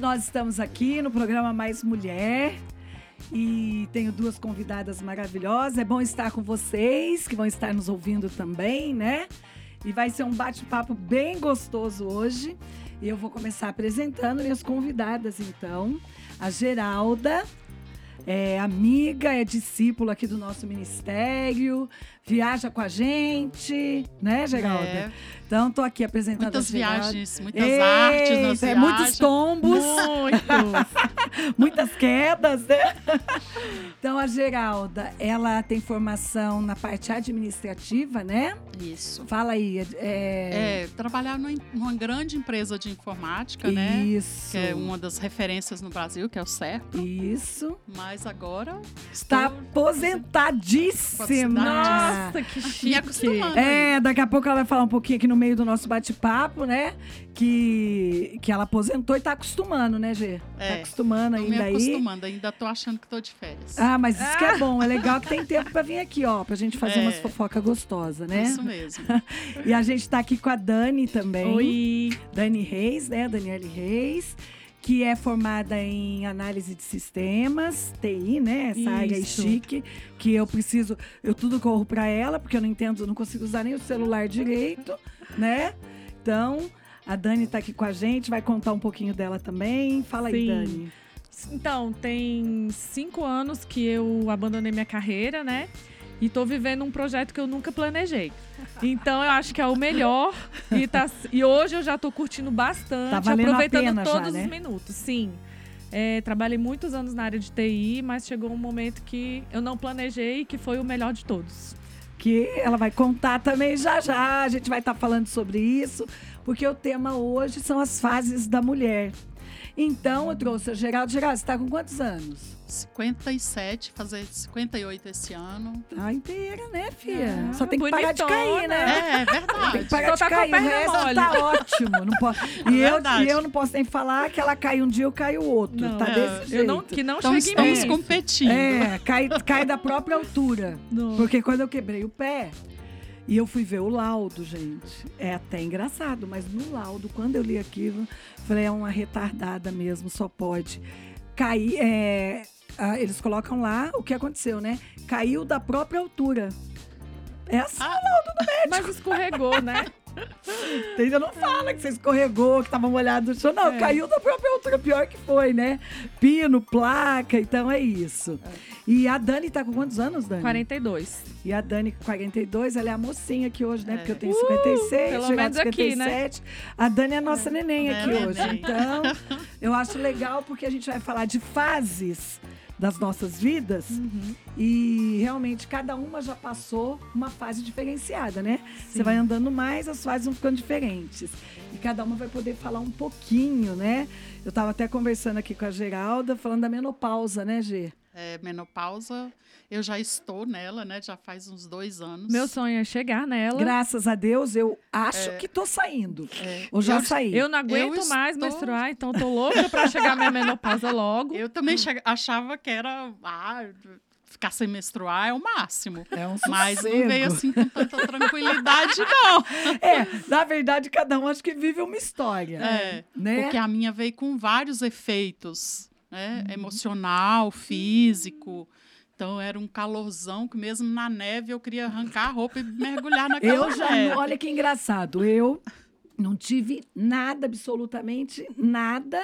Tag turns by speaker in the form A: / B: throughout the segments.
A: nós estamos aqui no programa Mais Mulher. E tenho duas convidadas maravilhosas. É bom estar com vocês, que vão estar nos ouvindo também, né? E vai ser um bate-papo bem gostoso hoje. E eu vou começar apresentando minhas convidadas, então. A Geralda, é amiga, é discípula aqui do nosso ministério, viaja com a gente, né, Geralda?
B: É.
A: Então, tô aqui apresentando
B: Muitas
A: a Geralda.
B: viagens, muitas artes, nós
A: Eita, é
B: viagens.
A: muitos tombos,
B: Muitos.
A: muitas quedas, né? Então, a Geralda, ela tem formação na parte administrativa, né?
B: Isso.
A: Fala aí. É,
B: É, trabalhar numa, numa grande empresa de informática, né?
A: Isso.
B: Que é uma das referências no Brasil, que é o CERP.
A: Isso.
B: Mas agora
A: Está
B: estou-
A: aposentadíssima.
C: Nossa, que
B: me
C: chique.
B: acostumando.
A: É, daqui a pouco ela vai falar um pouquinho aqui no meio do nosso bate-papo, né? Que, que ela aposentou e tá acostumando, né, Gê? Tá
B: É,
A: acostumando
B: Tô me
A: ainda aí.
B: acostumando, ainda tô achando que tô de férias.
A: Ah, mas isso que é bom, é legal que tem tempo pra vir aqui, ó, pra gente fazer
B: É.
A: umas fofoca gostosa, né?
B: Isso mesmo.
A: E a gente tá aqui com a Dani também.
C: Oi.
A: Dani Reis, né? Daniele Reis, que é formada em análise de sistemas, TI, né? Essa área aí
C: Isso.
A: chique, que eu preciso, eu tudo corro para ela, porque eu não entendo, não consigo usar nem o celular direito, né? Então, a Dani tá aqui com a gente, vai contar um pouquinho dela também. Fala aí,
C: Sim.
A: Dani.
C: Então, tem cinco anos que eu abandonei minha carreira, né? E tô vivendo um projeto que eu nunca planejei. Então eu acho que é o melhor. E, tá- e hoje eu já tô curtindo bastante,
A: Tá valendo a
C: aproveitando
A: pena já,
C: todos
A: né?
C: os minutos, sim. É, trabalhei muitos anos na área de TI, mas chegou um momento que eu não planejei e que foi o melhor de todos.
A: que ela vai contar também já já. A gente vai estar falando sobre isso, porque o tema hoje são as fases da mulher. Então, eu trouxe a Geraldo. Geraldo, você está com quantos anos?
B: 57, fazer 58 esse ano.
A: Tá inteira, né, filha?
C: Ah,
A: Só tem que parar de
C: bonitona.
A: cair, né?
B: É, é
A: Tem que
B: verdade.
A: parar
C: Só
A: de
C: tá com a
A: cair, o
C: perna
A: resto
C: mole. É
A: tá ótimo. Não posso... e, eu,
B: Verdade.
A: e eu não posso nem falar que ela cai um dia, eu caio outro.
C: Não,
A: tá
B: é,
A: desse jeito.
C: Eu não, que não
B: Então
C: cheguei
B: estamos
C: mesmo.
B: competindo.
A: É, cai, cai da própria altura.
C: Não.
A: Porque quando eu quebrei o pé e eu fui ver o laudo, gente, é até engraçado, mas no laudo, quando eu li aquilo, eu falei, é uma retardada mesmo, só pode. Cair, é, ah, eles colocam lá o que aconteceu, né? Caiu da própria altura. É assim,
B: Ah.
C: Mas escorregou, né?
A: entendeu? Não fala que você escorregou, que tava molhado no chão. Não,
C: É.
A: caiu da própria altura, pior que foi, né? Pino, placa, então é isso. E a Dani tá com quantos anos, Dani?
C: 42.
A: E a Dani, com 42, ela é a mocinha aqui hoje, né? Porque eu tenho
C: Uh,
A: 56,
C: pelo
A: chegada
C: menos aqui, né?
A: 57. A Dani é a nossa neném
B: É,
A: aqui
B: neném.
A: hoje. Então, eu acho legal porque a gente vai falar de fases das nossas vidas e realmente cada uma já passou uma fase diferenciada, né? Você vai andando mais, as fases vão ficando diferentes. E cada uma vai poder falar um pouquinho, né? Eu tava até conversando aqui com a Geralda, falando da menopausa, né, Gê?
B: É, menopausa, eu já estou nela, né? Já faz uns dois anos.
C: Meu sonho é chegar nela.
A: Graças a Deus, eu acho que tô saindo.
B: É,
A: Ou já
B: eu,
A: saí.
C: Eu não aguento
B: Eu
C: mais
B: estou-
C: menstruar, então tô louca pra chegar à minha menopausa logo.
B: eu também che- achava que era. Ah, ficar sem menstruar é o máximo.
A: É um
B: Mas
A: sossego.
B: não veio assim com tanta tranquilidade, não.
A: É, na verdade, cada um acho que vive uma história.
B: É,
A: Né?
B: Porque a minha veio com vários efeitos
A: Uhum.
B: né? emocional, físico. Então era um calorzão que mesmo na neve eu queria arrancar a roupa e mergulhar naquela
A: Eu já.
B: neve.
A: não- Olha que engraçado. Eu não tive nada, absolutamente nada.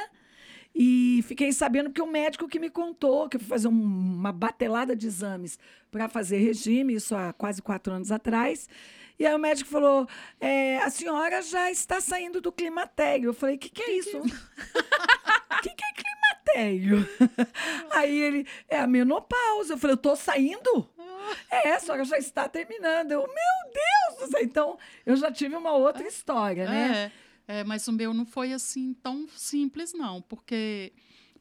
A: E fiquei sabendo que o médico que me contou, que eu fui fazer um- uma batelada de exames para fazer regime, isso há quase quatro anos atrás. E aí o médico falou: "É, a senhora já está saindo do climatério. Eu falei: o que, que é isso? O que, que é climatério? aí ele: é a menopausa. Eu falei: eu tô saindo? É, a senhora já está terminando. Eu, meu Deus do céu! Então, eu já tive uma outra história, né?
B: É, é, mas o meu não foi assim tão simples, não, porque.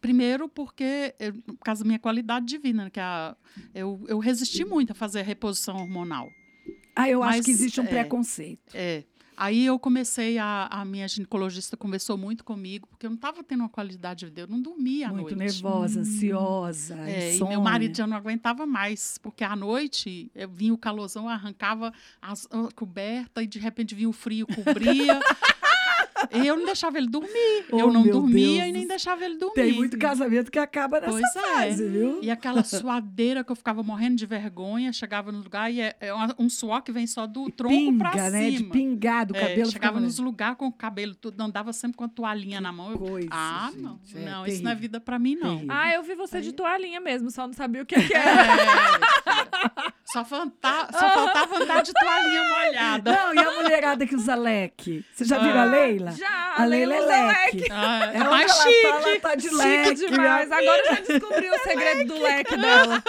B: Primeiro, porque, eu- por causa da minha qualidade de vida, né, que a, eu, eu resisti muito a fazer a reposição hormonal.
A: Ah, eu acho
B: Mas,
A: que existe um
B: é.
A: preconceito.
B: É. Aí eu comecei, a, a minha ginecologista conversou muito comigo, porque eu não estava tendo uma qualidade de vida, eu não dormia à
A: Muito
B: noite. Hum.
A: nervosa, ansiosa,
B: É, e
A: insônia.
B: meu marido já não aguentava mais, porque à noite eu vinha o calorzão, eu arrancava as- a coberta e de repente vinha o frio, cobria. E eu não deixava ele dormir.
A: Oh,
B: eu não
A: meu
B: dormia
A: Deus
B: e nem
A: do
B: deixava ele dormir.
A: Tem muito casamento que acaba nessa
B: Pois é.
A: fase, né? viu?
B: E aquela suadeira que eu ficava morrendo de vergonha, chegava no lugar e é, é uma- um suor que vem só do tronco
A: Pinga,
B: pra
A: né? De
B: cima.
A: pingar do
B: É,
A: cabelo.
B: chegava
A: ficava-
B: nos lugares com o cabelo tudo, andava sempre com a toalhinha na mão. Eu,
A: coisa,
B: ah,
A: gente,
B: não,
A: é
B: não, isso não
A: terrível.
B: é vida pra mim, não.
A: Terrível.
C: Ah, eu vi você de toalhinha mesmo, só não sabia o que, que era.
B: É. Só, fanta- só faltava andar de toalhinha molhada.
A: Não, e a mulherada que usa leque? Você já viu a
B: Ah,
A: Leila?
C: Já,
A: a Leila é
C: usa
A: leque.
B: Ah, é
A: Ela
B: mais
A: tá lá,
B: chique.
A: Tá, ela tá de leque. É
C: Chique demais.
A: minha
C: Agora eu já descobri o segredo do leque dela.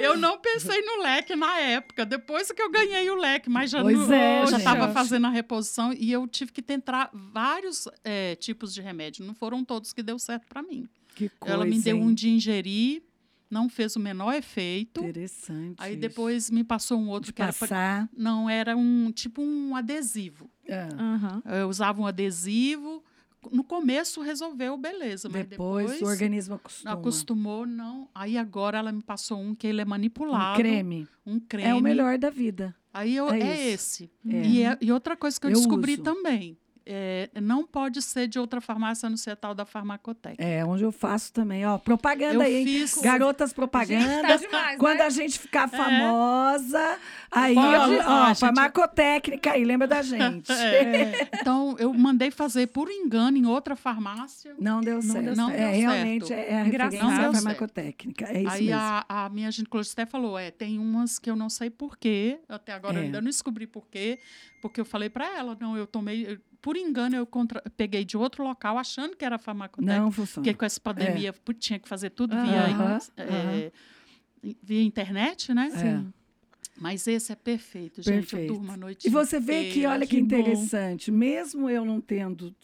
B: Eu não pensei no leque na época. Depois que eu ganhei o leque, mas já
A: Pois
B: não,
A: é,
B: eu
A: gente.
B: já estava fazendo a reposição e eu tive que tentar vários eh, tipos de remédio. Não foram todos que deu certo para mim.
A: Que coisa,
B: Ela me deu
A: hein?
B: um de ingerir, não fez o menor efeito.
A: Interessante.
B: Aí
A: isso.
B: depois me passou um outro
A: de
B: que era pra-
A: passar.
B: não era um tipo um adesivo.
A: Ah,
C: Aham.
B: Eu usava um adesivo. No começo resolveu, beleza, mas
A: depois,
B: depois,
A: o organismo acostuma.
B: acostumou, não. Aí agora ela me passou um que ele é manipulado,
A: Um creme.
B: um creme.
A: É o melhor da vida.
B: Aí eu,
A: É
B: é, esse.
C: Uhum.
B: E, é- e outra coisa que eu,
A: Eu
B: descobri
A: uso.
B: também. é, não pode ser de outra farmácia a não ser a tal da farmacotec.
A: É, onde eu faço também. Ó, propaganda
B: eu
A: aí, hein?
B: fiz.
A: Garotas propaganda.
C: Gente, tá demais,
A: Quando é
C: né?
A: a gente ficar famosa, aí,
B: É. Pode,
A: ó,
B: ó,
A: ó,
B: a gente-
A: farmacotécnica aí, lembra da gente.
B: É. Então, eu mandei fazer por engano em outra farmácia.
A: Não deu certo.
B: deu
A: é,
B: certo.
A: realmente é a
C: Engraçado.
A: referência
C: Não
A: à
B: deu certo.
A: farmacotécnica. É isso
B: Aí
A: mesmo.
B: a, a minha ginecologista até falou, é, tem umas que eu não sei porquê, até agora
A: É.
B: eu ainda não descobri porquê, porque eu falei pra ela, não, eu tomei, eu- por engano eu contra- peguei de outro local achando que era farmacotécnica,
A: Não funciona.
B: porque com essa pandemia pu- tinha que fazer tudo via,
A: Aham, É.
B: é, via internet, né?
A: Sim.
B: Mas esse é perfeito, gente,
A: Perfeito.
B: eu durmo a noite
A: E você vê que,
B: inteira.
A: olha que,
C: que bom.
A: interessante, mesmo eu não tendo,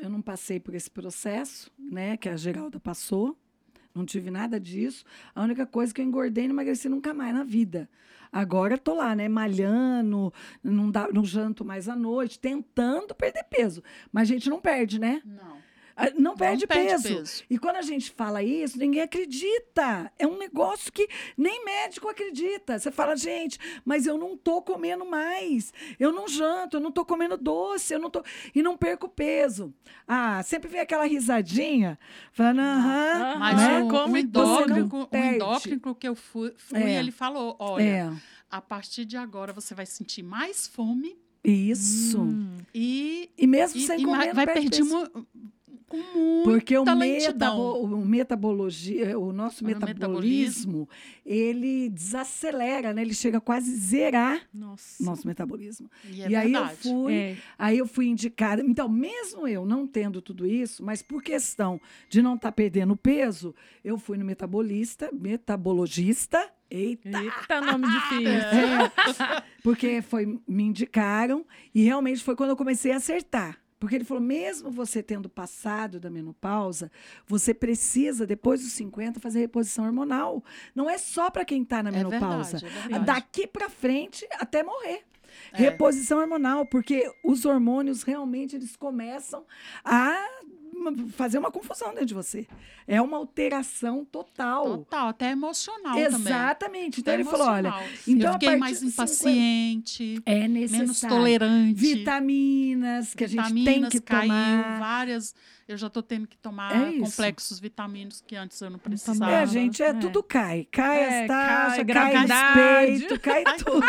A: eu não passei por esse processo, né, que a Geralda passou, não tive nada disso. A única coisa que eu engordei e não emagreci nunca mais na vida. Agora eu tô lá, né, malhando, não, dá, não janto mais à noite, tentando perder peso. Mas a gente não perde, né?
B: Não,
A: Ah, Não perde,
B: não perde
A: peso. E quando a gente fala isso, ninguém acredita. É um negócio que nem médico acredita. Você fala, gente, mas eu não tô comendo mais. Eu não janto, eu não tô comendo doce, eu não tô. E não perco peso. Ah, sempre vem aquela risadinha, falando, aham.
C: Ah,
B: Mas
A: né?
B: o,
C: Come
B: o,
A: tudo.
B: endócrino, o
A: Perde.
B: endócrino que eu fui, fui,
A: É.
B: ele falou, olha,
A: É,
B: a partir de agora você vai sentir mais fome
A: isso.
C: Hum.
B: e,
A: E mesmo
B: e-
A: sem
B: e ma-
A: comer, não
B: vai
A: perde
B: perder
A: peso.
B: mu- com muito.
A: Porque o,
B: muita
A: metabo,
B: lentidão.
A: o metabologia, o nosso
B: O
A: metabolismo,
B: metabolismo.
A: ele desacelera, né? Ele chega a quase zerar
C: Nossa.
A: o nosso metabolismo.
B: E, é
A: e aí eu
B: verdade.
A: fui,
C: É.
A: Aí eu fui indicada. Então, mesmo eu não tendo tudo isso, mas por questão de não estar perdendo peso, eu fui no metabolista, metabologista. Eita!
C: Eita, nome difícil.
A: É, porque foi, me indicaram e realmente foi quando eu comecei a acertar. Porque ele falou, mesmo você tendo passado da menopausa, você precisa, depois dos 50, fazer reposição hormonal. Não é só para quem está na
B: É
A: menopausa.
B: verdade, é verdade.
A: Daqui para frente, até morrer.
B: É.
A: Reposição hormonal, porque os hormônios realmente eles começam a m- fazer uma confusão dentro de você. É uma alteração total.
B: Total, até emocional também.
A: Exatamente. Então
B: Até
A: ele falou: olha,
B: emocional.
A: então, a
B: eu fiquei
A: partir
B: mais
A: dos
B: impaciente,
A: é necessário.
B: menos tolerante.
A: Vitaminas que a gente tem
B: Vitaminas
A: que
B: caiu,
A: tomar.
B: várias. Eu já tô tendo que tomar
A: É isso.
B: complexos vitamínicos que antes eu não
C: tomava.
B: precisava.
A: É, gente, é,
C: É.
A: tudo cai. Cai
C: É,
A: as taxas, cai,
C: cai gravidade.
A: respeito, cai tudo.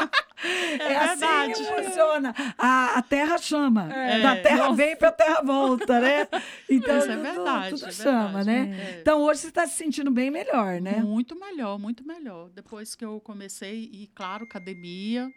A: É, assim que
B: verdade.
A: funciona. A, a terra chama.
B: É.
A: Da terra vem pra terra volta, né? Então,
B: Isso é
A: tudo,
B: verdade,
A: tudo
B: é
A: chama,
B: verdade.
A: né?
B: É.
A: Então, hoje você tá se sentindo bem melhor, né?
B: Muito melhor, muito melhor. Depois que eu comecei, e claro, academia,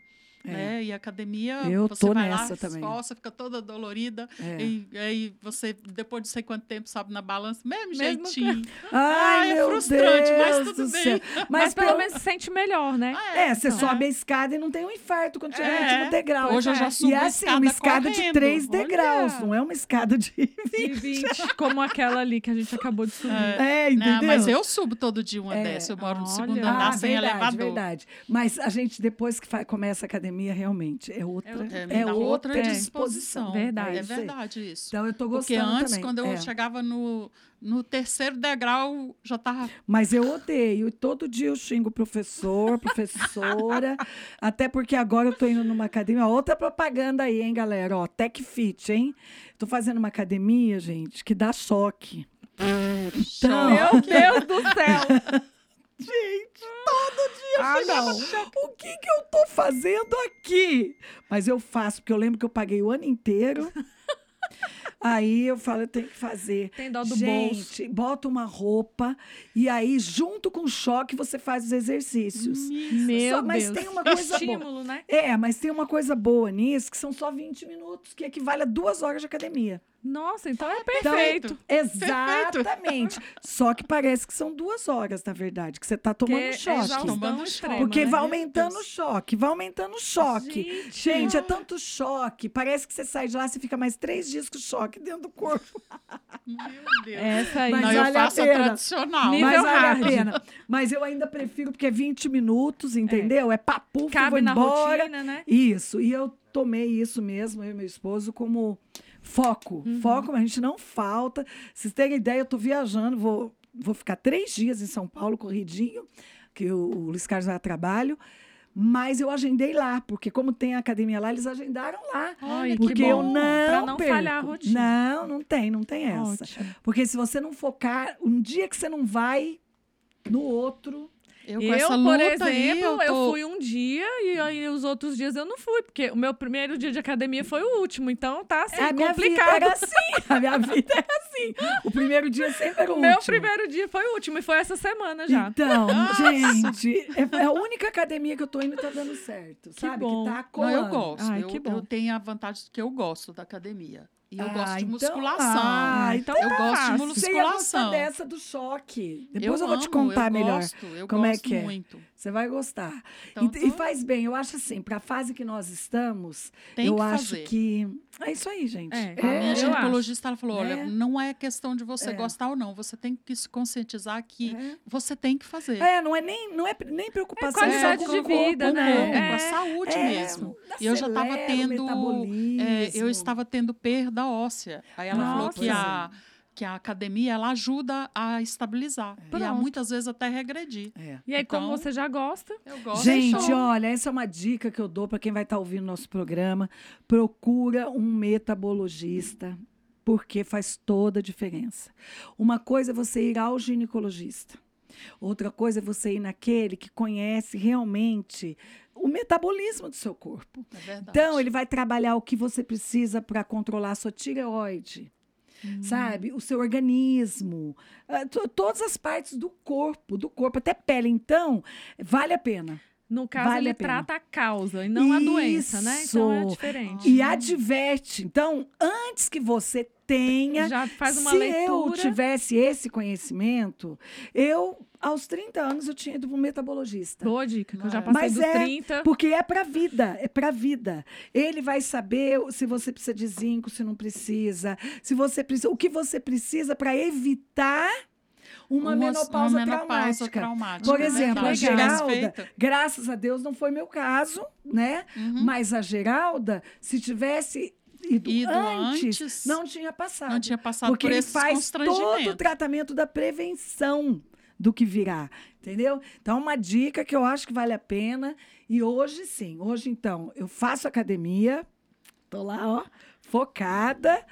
A: É.
B: né? E academia,
A: Eu
B: você
A: tô
B: vai
A: nessa
B: lá,
A: também.
B: esforça, fica toda dolorida.
A: É.
B: E e aí você, depois de sei quanto tempo, sobe na balança, mesmo,
C: Mesmo
B: jeitinho.
A: Ai,
B: Ah, é
A: meu
B: frustrante,
A: Deus
B: mas tudo
A: do
B: bem.
A: céu. Mas,
C: Mas, pelo
A: pelo-
C: menos se sente melhor, né?
B: Ah,
A: É, você
B: então.
A: sobe a escada e não tem um infarto quando chega no
B: É.
A: último degrau.
B: Hoje eu já
A: É.
B: subo
A: E
B: a
A: é assim, uma
B: escada
A: escada de
B: correndo.
A: três
B: Olha.
A: degraus, não é uma escada de.
C: De 20, como aquela ali que a gente acabou de subir.
A: É, entendeu?
B: Não, mas eu subo todo dia uma
A: É.
B: dessa. Eu moro no
C: Olha.
B: segundo
C: Ah,
B: andar sem
A: verdade,
B: elevador.
A: verdade. Mas a gente, depois que fa- começa a pandemia realmente é outra,
B: É,
A: é,
B: dá
A: outra,
B: outra
A: disposição.
B: disposição.
C: Verdade.
B: É
A: isso aí.
B: verdade isso.
A: Então eu estou
B: Porque
A: gostando
B: antes,
A: também.
B: quando eu
A: é.
B: chegava no, no terceiro degrau, já estava
A: Mas eu odeio. E todo dia eu xingo o professor, professora. até porque agora eu tô indo numa academia. Outra propaganda aí, hein, galera? Ó, Tech Fit, hein? Tô fazendo uma academia, gente, que dá choque.
C: Meu Deus do céu!
A: Ah, não. O que que eu tô fazendo aqui? Mas eu faço, porque eu lembro que eu paguei o ano inteiro. Aí eu falo, eu tenho que fazer.
C: Tem dó do bolso.
A: Gente, bota uma roupa e aí, junto com o choque, você faz os exercícios.
C: Meu
A: Só- mas
C: Deus.
A: tem uma coisa boa.
C: Estímulo, né?
A: É, mas tem uma coisa boa nisso, que são só 20 minutos, que equivale a duas horas de academia.
C: Nossa, então é
A: Então,
C: perfeito.
A: exatamente. Só que parece que são duas horas, na verdade, que você tá tomando
C: Porque é
A: choque.
C: exaustão
B: Tomando
C: extrema,
B: choque.
A: Porque
C: né?
A: vai
B: Meu
A: aumentando o
B: Deus.
A: choque, vai aumentando o choque.
C: Gente.
A: Gente, é tanto choque. Parece que você sai de lá, você fica mais três dias com choque dentro do corpo.
B: Meu
A: É,
B: Deus.
C: Essa aí.
A: Mas
B: não, eu
A: vale a
B: faço a,
A: pena.
B: tradicional.
C: Nível
A: Mas
C: hard.
A: vale a pena. Mas eu ainda prefiro, porque é 20 minutos, entendeu? É, papo, vou
C: Cabe na
A: embora.
C: rotina, né?
A: Isso, e eu tomei isso mesmo, eu e meu esposo, como foco.
C: Uhum.
A: Foco, mas a gente não falta. Vocês terem ideia, eu tô viajando, vou, vou ficar três dias em São Paulo, corridinho, que o, o Luiz Carlos vai a trabalho. Mas eu agendei lá, porque como tem a academia lá, eles agendaram lá.
C: Olha,
A: Porque
C: que bom,
A: eu não.
C: pra não
A: perco.
C: falhar a rotina.
A: Não, não tem, não tem essa.
C: Ótimo.
A: Porque se você não focar, um dia que você não vai no outro.
B: Eu, com
C: Eu,
B: essa
C: por
B: luta
C: exemplo,
B: aí, eu,
C: eu,
B: tô-
C: fui um dia e aí os outros dias eu não fui, porque o meu primeiro dia de academia foi o último, então tá assim,
A: É, a minha vida
C: complicado.
A: era assim. A minha vida era assim. O primeiro dia sempre era o
C: O meu
A: último.
C: primeiro dia foi o último e foi essa semana já.
A: Então, gente, é é a única academia que eu tô indo e tá dando certo. sabe?
C: bom.
A: Que tá
B: Não,
A: colando.
B: eu gosto.
C: Ai,
B: eu,
C: que bom.
B: eu tenho a vantagem que eu gosto da academia. E eu
A: Ah,
B: gosto de
A: então-
B: musculação.
A: Ah, então
B: eu gosto de
C: fácil.
A: Você ia gostar
B: musculação.
A: dessa do choque. Depois eu, vou te
B: amo,
A: contar
B: eu
A: melhor.
B: Gosto, eu
A: como é
B: gosto
A: que é.
B: muito.
A: Você vai gostar.
B: Então,
A: e, e
B: tô-
A: faz bem. Eu acho assim, pra fase que nós estamos,
B: Tem
A: eu
B: que
A: acho
B: fazer.
A: que. É isso aí, gente.
C: É,
B: A minha
C: eu
B: ginecologista ela falou: olha,
A: Né?
B: não é questão de você
A: É.
B: gostar ou não, você tem que se conscientizar que
A: é.
B: você tem que fazer.
A: É, não é nem, não é nem preocupação só
C: qualidade
A: com
C: de
A: o corpo,
C: vida,
B: Com
C: né?
B: o corpo,
C: É.
B: a saúde
A: É,
B: mesmo. E eu já tava
A: acelera o
B: tendo, É, eu
A: metabolismo.
B: estava tendo perda óssea. Aí ela falou
C: Nossa.
B: que a, que a academia ela ajuda a estabilizar. E a,
C: Pronto.
B: muitas vezes até regredir.
A: É.
C: E aí, como
B: Então-
C: você já gosta,
B: Eu gosto.
A: Gente,
B: Show.
A: olha, essa é uma dica que eu dou para quem vai estar ouvindo nosso programa. Procura um metabologista, porque faz toda a diferença. Uma coisa é você ir ao ginecologista. Outra coisa é você ir naquele que conhece realmente o metabolismo do seu corpo.
B: É verdade.
A: Então, ele vai trabalhar o que você precisa para controlar a sua tireoide,
C: Hum.
A: sabe? O seu organismo, ah, to- todas as partes do corpo, do corpo, até pele. Então, vale a pena.
C: no caso,
A: Vale a
C: ele
A: pena.
C: trata a causa e não a doença, né? Então é
A: Isso.
C: diferente.
A: E adverte. Então, antes que você tenha.
C: Já faz uma
A: se eu
C: leitura.
A: tivesse esse conhecimento, eu, aos 30 anos, eu tinha ido para um metabologista.
C: Boa dica, que eu já
B: Mas
C: passei dos
A: é,
C: 30.
A: Porque é pra vida, é pra vida. Ele vai saber se você precisa de zinco, se não precisa, se você precisa, o que você precisa para evitar uma, menopausa,
B: menopausa
A: traumática.
B: traumática,
A: Por
B: é
A: exemplo, a
B: verdade. Bem
A: Geralda,
B: feita.
A: graças a Deus não foi meu caso, né?
B: Uhum.
A: Mas a Geralda, se tivesse ido,
B: Ido
A: antes,
B: antes,
A: não tinha passado.
B: Não tinha passado
A: Porque
B: por
A: ele
B: esse
A: faz todo o
B: constrangimento.
A: tratamento da prevenção do que virá, entendeu? Então, é uma dica que eu acho que vale a pena. E hoje, sim, hoje, então, eu faço academia, tô lá, ó, focada,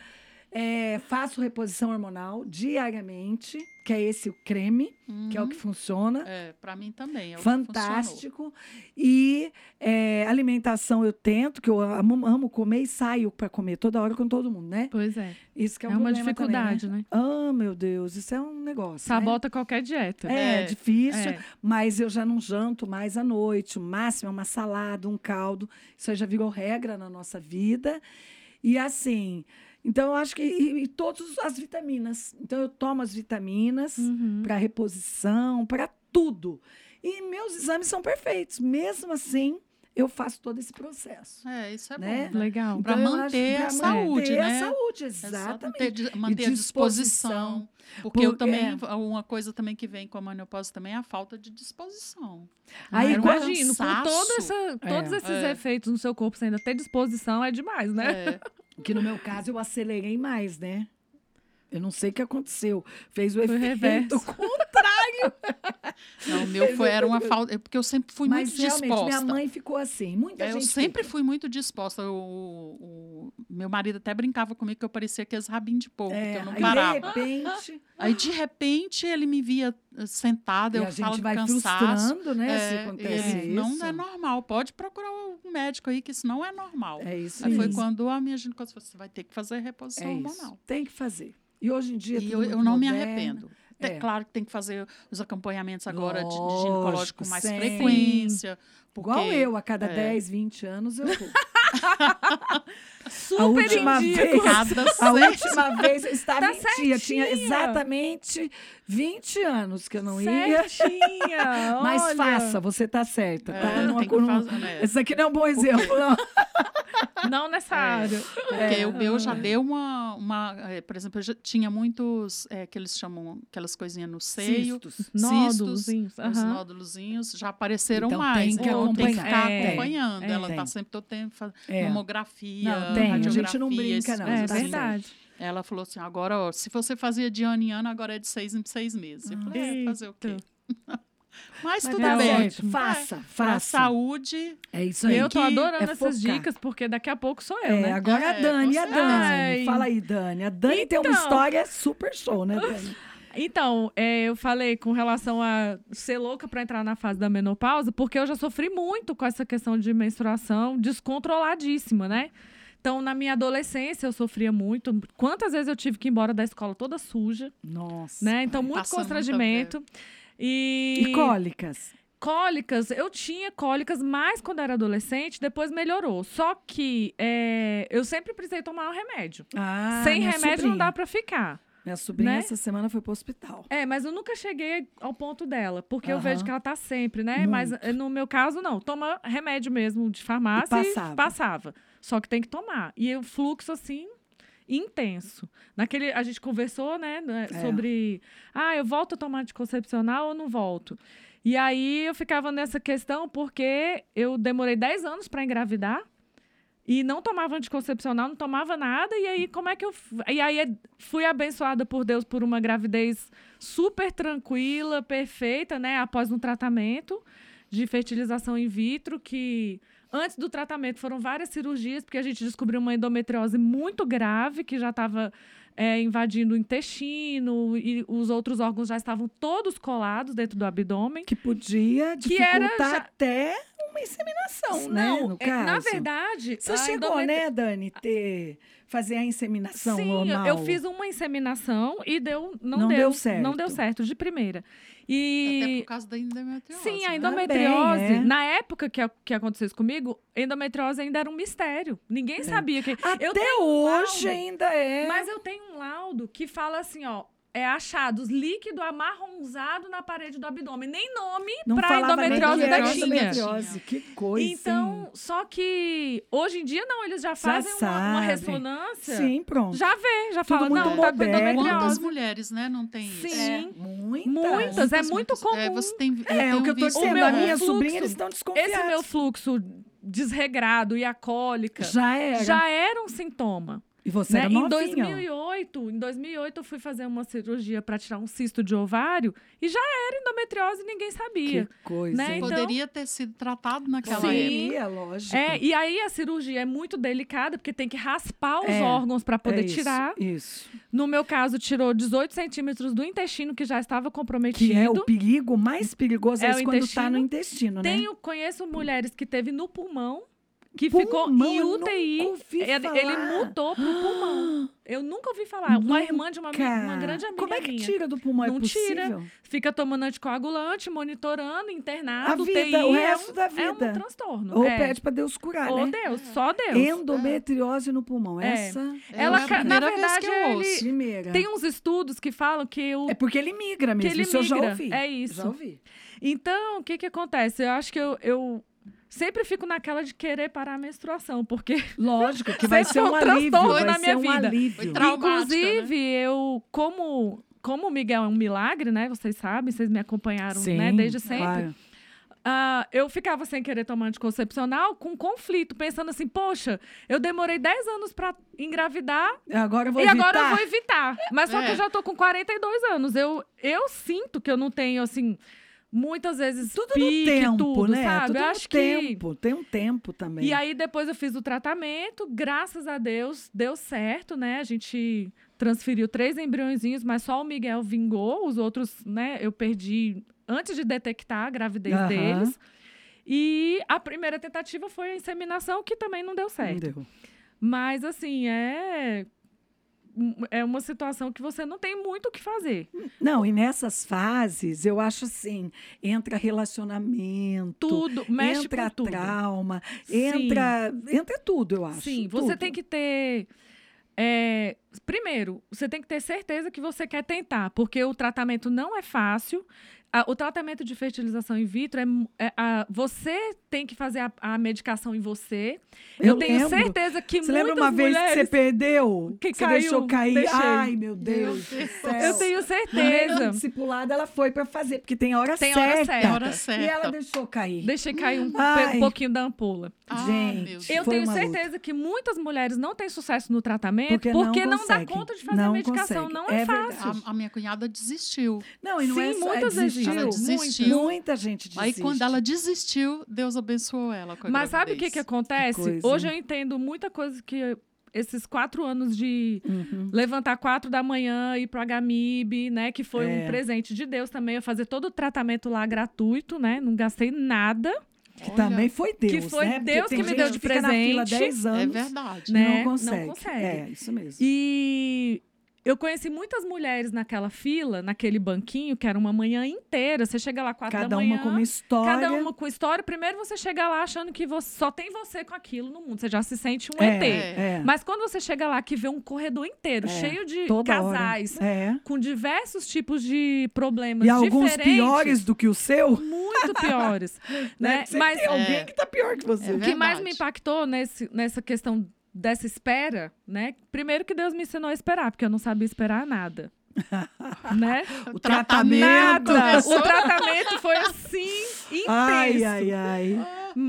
A: é, faço reposição hormonal diariamente, que é esse o creme, que é o que funciona.
B: É, pra mim também. é o que
A: Fantástico. E é, alimentação eu tento, que eu amo, amo comer e saio para comer toda hora com todo mundo, né?
C: Pois é.
A: Isso que é,
C: É,
A: um
C: uma
A: problema também, né?
C: dificuldade, né?
A: Ah, meu Deus, isso é um negócio. né?
C: Sabota qualquer dieta.
A: É,
B: É,
A: difícil,
C: é.
A: mas eu já não janto mais à noite. O máximo é uma salada, um caldo. Isso aí já virou regra na nossa vida. E assim, então eu acho que. E, e todas as vitaminas. Então eu tomo as vitaminas
C: Uhum.
A: para reposição, para tudo. E meus exames são perfeitos. Mesmo assim, eu faço todo esse processo.
B: É, isso é
A: Né?
B: bom. Né?
C: Legal.
B: Pra
A: Então, eu
B: manter
A: acho-
B: a saúde,
A: manter
B: né?
A: a saúde,
B: É só
A: exatamente.
B: manter, di- manter a disposição. Porque eu
A: Por-
B: também,
A: é.
B: uma coisa também que vem com a menopausa também é a falta de disposição.
A: Aí,
C: Ah, eu
B: um
A: quando-
C: imagino, com
B: cansaço.
C: toda essa, todos
A: É.
C: esses
B: É.
C: efeitos no seu corpo, você ainda ter disposição, é demais, né?
B: É,
A: Que no meu caso eu acelerei mais, né? Eu não sei o que aconteceu. Fez o
C: Foi
A: efeito
C: reverso.
B: Não, o meu foi, era uma falta. é Porque eu sempre fui
A: Mas
B: muito
A: realmente,
B: disposta.
A: minha mãe ficou assim. Muita
B: É, eu
A: gente.
B: sempre
A: fica.
B: fui muito disposta. O, o- meu marido até brincava comigo que eu parecia aqueles rabinhos de porco,
A: É,
B: que eu não
A: aí,
B: parava.
A: de repente,
B: Aí, de repente, ele me via eh, sentada,
A: e
B: eu
A: a
B: falo
A: gente
B: do
A: vai
B: cansaço.
A: frustrando, né? se
B: É,
A: acontece
B: ele,
A: isso.
B: Não é normal. Pode procurar um médico aí, que isso não é normal.
A: É isso
B: Aí foi
A: mesmo.
B: quando a minha ginecologia falou, você vai ter que fazer reposição
A: É isso.
B: hormonal.
A: Tem que fazer. E hoje em dia.
B: E
A: tudo
B: eu, eu
A: muito
B: não me
A: moderno.
B: arrependo. Te-
A: É.
B: Claro que tem que fazer os acompanhamentos agora de- de
A: Lógico,
B: ginecológico com mais
A: sempre.
B: frequência. Porque
A: Igual eu, a cada
B: é.
A: 10, 20 anos eu vou.
C: Super
A: a última
C: indico.
A: vez.
B: Cada
A: A
B: seis-
A: última vez eu estava
C: Tá
A: em dia. Tinha
C: certinha.
A: exatamente 20 anos que eu não ia.
C: Certinha,
A: Mas
C: olha.
A: faça, você tá certa, tá?
B: É,
A: Não
B: tem que
A: acu- não-
B: fazer, né?
A: Esse aqui não é um bom exemplo, não.
C: Não nessa
B: É.
C: área.
B: Porque
A: É.
B: o meu já deu uma, uma, eh, Por exemplo, eu já tinha muitos. eh, que eles chamam aquelas coisinhas no seio,
A: Cistos.
C: Nódulos.
B: os nódulozinhos, já apareceram
A: Então,
B: mais.
A: tem que
B: então, tem que
A: acompanhar.
B: ficar
C: É,
B: acompanhando.
C: é.
B: Ela
A: Tem.
B: está sempre todo tempo fazendo
A: É.
B: mamografia,
A: Não, tem, a gente não
B: radiografia,
A: brinca,
B: essas
A: não,
C: É
B: coisas
A: tá
B: assim.
C: verdade.
B: Ela falou assim: agora, ó, se você fazia de ano em ano, agora é de seis em seis meses. Eu falei: é, fazer o quê? Mas,
A: Mas
B: tudo
A: tá
B: bem.
A: certo, Faça,
B: Para a
A: faça.
B: saúde,
A: É isso
C: E
A: aí.
C: É, eu tô adorando
A: é
C: essas
A: focar.
C: dicas, porque daqui a pouco sou eu,
A: É,
C: né?
A: agora a
B: É,
A: Dani, a
B: com
A: Dani.
C: certeza.
A: Fala aí, Dani. A Dani tem uma
C: Então.
A: história super show, né, Dani?
C: Então, é, eu falei com relação a ser louca pra entrar na fase da menopausa, porque eu já sofri muito com essa questão de menstruação descontroladíssima, né? Então, na minha adolescência, eu sofria muito. Quantas vezes eu tive que ir embora da escola toda suja,
A: Nossa.
C: né? Então, muito
B: passando muita
C: constrangimento. E,
A: E cólicas.
C: cólicas, eu tinha cólicas mais quando era adolescente, depois melhorou. Só que é, eu sempre precisei tomar um remédio.
A: Ah,
C: Sem
A: minha
C: remédio não
A: sobrinha.
C: dá pra ficar.
A: Minha sobrinha
C: né?
A: essa semana foi pro hospital.
C: É, mas eu nunca cheguei ao ponto dela, porque eu
A: Aham.
C: vejo que ela tá sempre, né? Mas eh, no meu caso, não. Toma remédio mesmo de farmácia
A: E
C: e
A: passava.
C: passava. Só que tem que tomar. E o fluxo, assim, intenso. Naquele, a gente conversou, né, né,
A: É.
C: sobre, ah, eu volto a tomar anticoncepcional ou não volto? E aí eu ficava nessa questão porque eu demorei 10 anos para engravidar e não tomava anticoncepcional, não tomava nada, e aí como é que eu f- e aí eh, fui abençoada por Deus por uma gravidez super tranquila, perfeita, né, após um tratamento de fertilização in vitro que Antes do tratamento foram várias cirurgias, porque a gente descobriu uma endometriose muito grave que já estava invadindo o intestino e os outros órgãos já estavam todos colados dentro do abdômen.
A: Que podia
C: Que era
A: dificultar
C: já-
A: até uma inseminação, né? No
C: é, na
A: caso.
C: verdade,
A: Você
C: a
A: chegou,
C: endometri-
A: né, Dani, ter, fazer a inseminação
C: Sim, eu-
A: normal?
C: eu fiz uma inseminação e deu, não,
A: Não
C: deu,
A: deu certo.
C: não deu certo de primeira.
B: até
C: E
B: por causa da endometriose.
C: Sim, a
B: né?
C: endometriose.
A: Também, é.
C: Na época que, a- que aconteceu isso comigo, endometriose ainda era um mistério. Ninguém sabia que.
A: Até
C: eu tenho um
A: hoje
C: laudo.
A: ainda é.
C: Mas eu tenho um laudo que fala assim, ó. É achados líquido amarronzado na parede do abdômen. Nem nome
A: não
C: pra
A: falava nem que
C: endometriose
A: era
C: da tinha.
A: endometriose, que coisa. hein?
C: Então, só que hoje em dia não, eles já fazem uma, uma
A: sabe.
C: ressonância.
A: sim, pronto.
C: Já vê, já
A: Tudo
C: fala,
A: muito
C: não, tá com
A: moderno.
B: Quantas
C: endometriose.
B: É mulheres, né, não tem isso?
C: Sim.
A: É, Muitas.
C: Muitas. é muito
B: É,
C: comum.
B: você tem,
A: É,
B: tem
A: o que eu tô
B: visto-
A: dizendo,
C: meu
A: a minha
C: fluxo-
A: sobrinha, eles estão desconfiados.
C: Esse é meu fluxo desregrado e a cólica
A: Já era.
C: já era um sintoma.
A: E você
C: né?
A: era
C: Em
A: novinha.
C: 2008, em 2008 eu fui fazer uma cirurgia para tirar um cisto de ovário e já era endometriose e ninguém sabia.
A: Que coisa.
C: Né,
A: hein?
C: então-
B: Poderia ter sido tratado naquela época.
C: Sim.
A: Poderia, lógico.
C: É, e aí a cirurgia é muito delicada porque tem que raspar os
A: É,
C: órgãos para
A: É
C: poder
A: isso,
C: tirar.
A: Isso.
C: No meu caso, tirou 18 centímetros do intestino que já estava comprometido.
A: Que é o perigo mais perigoso,
C: É
A: é
C: o
A: isso quando está no
C: intestino.
A: intestino, né?
C: Tenho, conheço mulheres que teve no pulmão, que ficou
A: Pulmão,
C: em
A: eu
C: UTI.
A: nunca ouvi
C: Ele, ele
A: falar.
C: mudou pro pulmão. Eu nunca ouvi falar. Uma irmã de uma, ami- uma
A: Cara,
C: grande amiga
A: Como é que
C: minha.
A: tira do pulmão?
C: Não
A: é
C: tira.
A: possível?
C: fica tomando anticoagulante, monitorando, internado,
A: A vida,
C: UTI,
A: o
C: é
A: resto
C: um-
A: da
C: é um
A: vida.
C: transtorno.
A: Ou
C: é.
A: pede pra Deus curar,
C: Ou
A: né?
C: Deus, só Deus.
A: Endometriose no pulmão.
C: É.
A: Essa
B: É
C: Ela
B: a
C: ca-
B: primeira
C: na
B: vez
C: verdade,
B: que eu
C: ele-
B: ouço.
A: primeira.
C: Tem uns estudos que falam que o
A: É porque ele migra
C: que
A: mesmo.
C: ele
A: Isso eu já
C: migra.
A: ouvi.
C: É
A: Já
C: isso.
A: ouvi.
C: Então, o que que acontece? Eu acho que eu, eu Sempre fico naquela de querer parar a menstruação, porque
A: Lógico que vai
C: Sempre
A: ser
C: é
A: um
C: um
A: alívio.
C: transtorno
A: Vai
C: na
A: ser
C: minha
A: um
C: vida.
A: alívio.
B: Foi tra- Traumática,
C: Inclusive, eu, como, como o Miguel é um milagre, né? Vocês sabem, vocês me acompanharam né, desde sempre.
A: claro.
C: Ah, eu ficava sem querer tomar anticoncepcional com conflito, pensando assim, poxa, eu demorei 10 anos pra engravidar
A: Agora eu vou
C: e
A: evitar.
C: agora eu vou evitar. Mas só que
B: É.
C: eu já tô com 42 anos. Eu, eu sinto que eu não tenho, assim, muitas vezes
A: Tudo no
C: pique,
A: tempo,
C: tudo,
A: né?
C: sabe?
A: Tudo
C: eu
A: no
C: acho que...
A: tempo. Tem um tempo também.
C: E aí depois eu fiz o tratamento, graças a Deus, deu certo, né? A gente transferiu três embriõezinhos, mas só o Miguel vingou, os outros, né, eu perdi antes de detectar a gravidez
A: Aham.
C: deles. E a primeira tentativa foi a inseminação, que também não deu certo.
A: Não deu.
C: Mas assim, é é uma situação que você não tem muito o que fazer.
A: Não, e nessas fases, eu acho assim, entra relacionamento,
C: Tudo mexe
A: entra
C: com tudo.
A: trauma,
C: Sim.
A: entra, entra tudo, eu acho.
C: Sim, você
A: tudo.
C: tem que ter. é, primeiro, você tem que ter certeza que você quer tentar, porque o tratamento não é fácil. A- o tratamento de fertilização in vitro é. mu- é a- você tem que fazer a, a medicação em você. Eu, tenho
A: lembro.
C: certeza que
A: Você
C: muitas
A: lembra uma vez que
C: mulheres.
A: você perdeu?
C: que
A: você
C: caiu,
A: deixou cair.
C: deixei.
A: Ai, meu
B: Meu
A: Deus.
B: Deus.
A: do céu.
C: Eu tenho
A: Na mesma
C: certeza.
A: discipulada, ela foi pra fazer, porque tem a hora
C: Tem a
A: certa.
C: hora
B: É a
C: certa.
B: hora
A: E ela
B: certa.
A: deixou cair.
C: Deixei cair um,
A: Ai.
C: um pouquinho da ampola.
B: Ah,
A: Gente,
B: meu Deus.
C: Eu
A: Foi
C: tenho
A: uma luta.
C: certeza que muitas mulheres não têm sucesso no tratamento
A: Porque
C: porque,
A: não
C: não, dá
A: consegue.
C: conta de fazer
A: Não
C: a medicação.
A: consegue.
C: Não é,
A: É verdade.
C: fácil.
B: A, a minha cunhada desistiu.
A: Não, e não é
C: Sim,
A: só,
C: muitas vezes
A: desistiu.
B: ela desistiu.
A: Muita, muita gente desiste.
B: Aí quando ela desistiu, Deus abençoou ela com a
C: Mas sabe o que,
B: gravidez.
C: que acontece?
A: Que coisa,
C: Hoje
A: hein?
C: eu entendo muita coisa que esses quatro anos de
A: Uhum.
C: levantar quatro da manhã, ir pro HMIB, né? Que
A: É.
C: foi um presente de Deus também. Eu fazer todo o tratamento lá gratuito, né? Não gastei nada.
A: Que
B: Olha,
A: também foi Deus,
C: foi
A: né? Porque
C: Deus
A: tem
C: que me
A: gente
C: deu de
A: fica na fila
C: presente.
A: 10
B: É
A: anos
B: verdade.
A: e
C: né?
A: não
C: Não
A: consegue.
C: consegue.
A: É, isso mesmo.
C: E eu conheci muitas mulheres naquela fila, naquele banquinho, que era uma manhã inteira. Você chega lá quatro
A: cada
C: da manhã.
A: uma com uma história.
C: Cada uma com história. Primeiro você chega lá achando que você- só tem você com aquilo no mundo. Você já se sente um ET.
A: É, é.
C: Mas quando você chega lá que vê um corredor inteiro
A: É,
C: cheio de
A: toda hora.
C: casais,
A: É.
C: com diversos tipos de problemas
A: E alguns
C: diferentes,
A: piores do que o seu,
C: muito piores,
A: né?
C: né?
A: Sempre
C: Mas
A: tem alguém
B: É.
A: que tá pior que você.
B: É
C: o que mais
B: Verdade.
C: me impactou nesse, nessa questão dessa espera, né? Primeiro que Deus me ensinou a esperar, porque eu não sabia esperar nada. né?
A: O tratamento.
B: Nada.
C: O tratamento foi assim intenso.
A: Ai, ai, ai.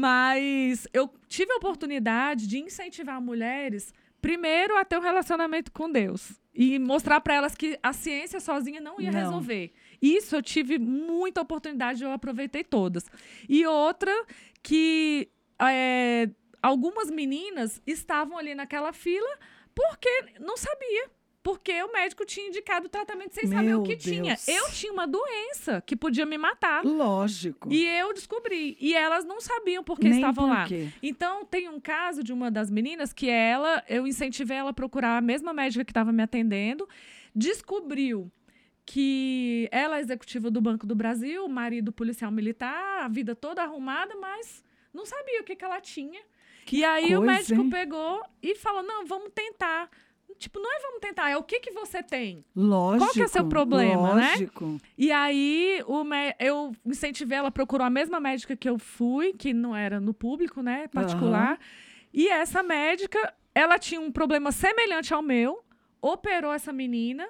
C: Mas eu tive a oportunidade de incentivar mulheres, primeiro, a ter um relacionamento com Deus. E mostrar para elas que a ciência sozinha não ia
A: Não.
C: resolver. Isso eu tive muita oportunidade, eu aproveitei todas. E outra, que é, algumas meninas estavam ali naquela fila porque não sabia. Porque o médico tinha indicado o tratamento sem saber
A: Meu
C: o que tinha.
A: Deus.
C: Eu tinha uma doença que podia me matar.
A: Lógico.
C: E eu descobri. E elas não sabiam por que
A: Nem
C: estavam
A: por
C: lá.
A: quê.
C: Então, tem um caso de uma das meninas que ela, eu incentivei ela a procurar a mesma médica que estava me atendendo, descobriu que ela é executiva do Banco do Brasil, marido policial militar, a vida toda arrumada, mas não sabia o que, que ela tinha. e aí o
A: coisa,
C: médico
A: hein?
C: pegou e falou: não, vamos tentar. Tipo, não é vamos tentar, é o que, que você tem.
A: Lógico.
C: Qual que é seu problema, né?
A: lógico. né?
C: E aí, o mé- eu incentivei, ela procurou a mesma médica que eu fui, que não era no público, né? Particular. E essa médica, ela tinha um problema semelhante ao meu, operou essa menina.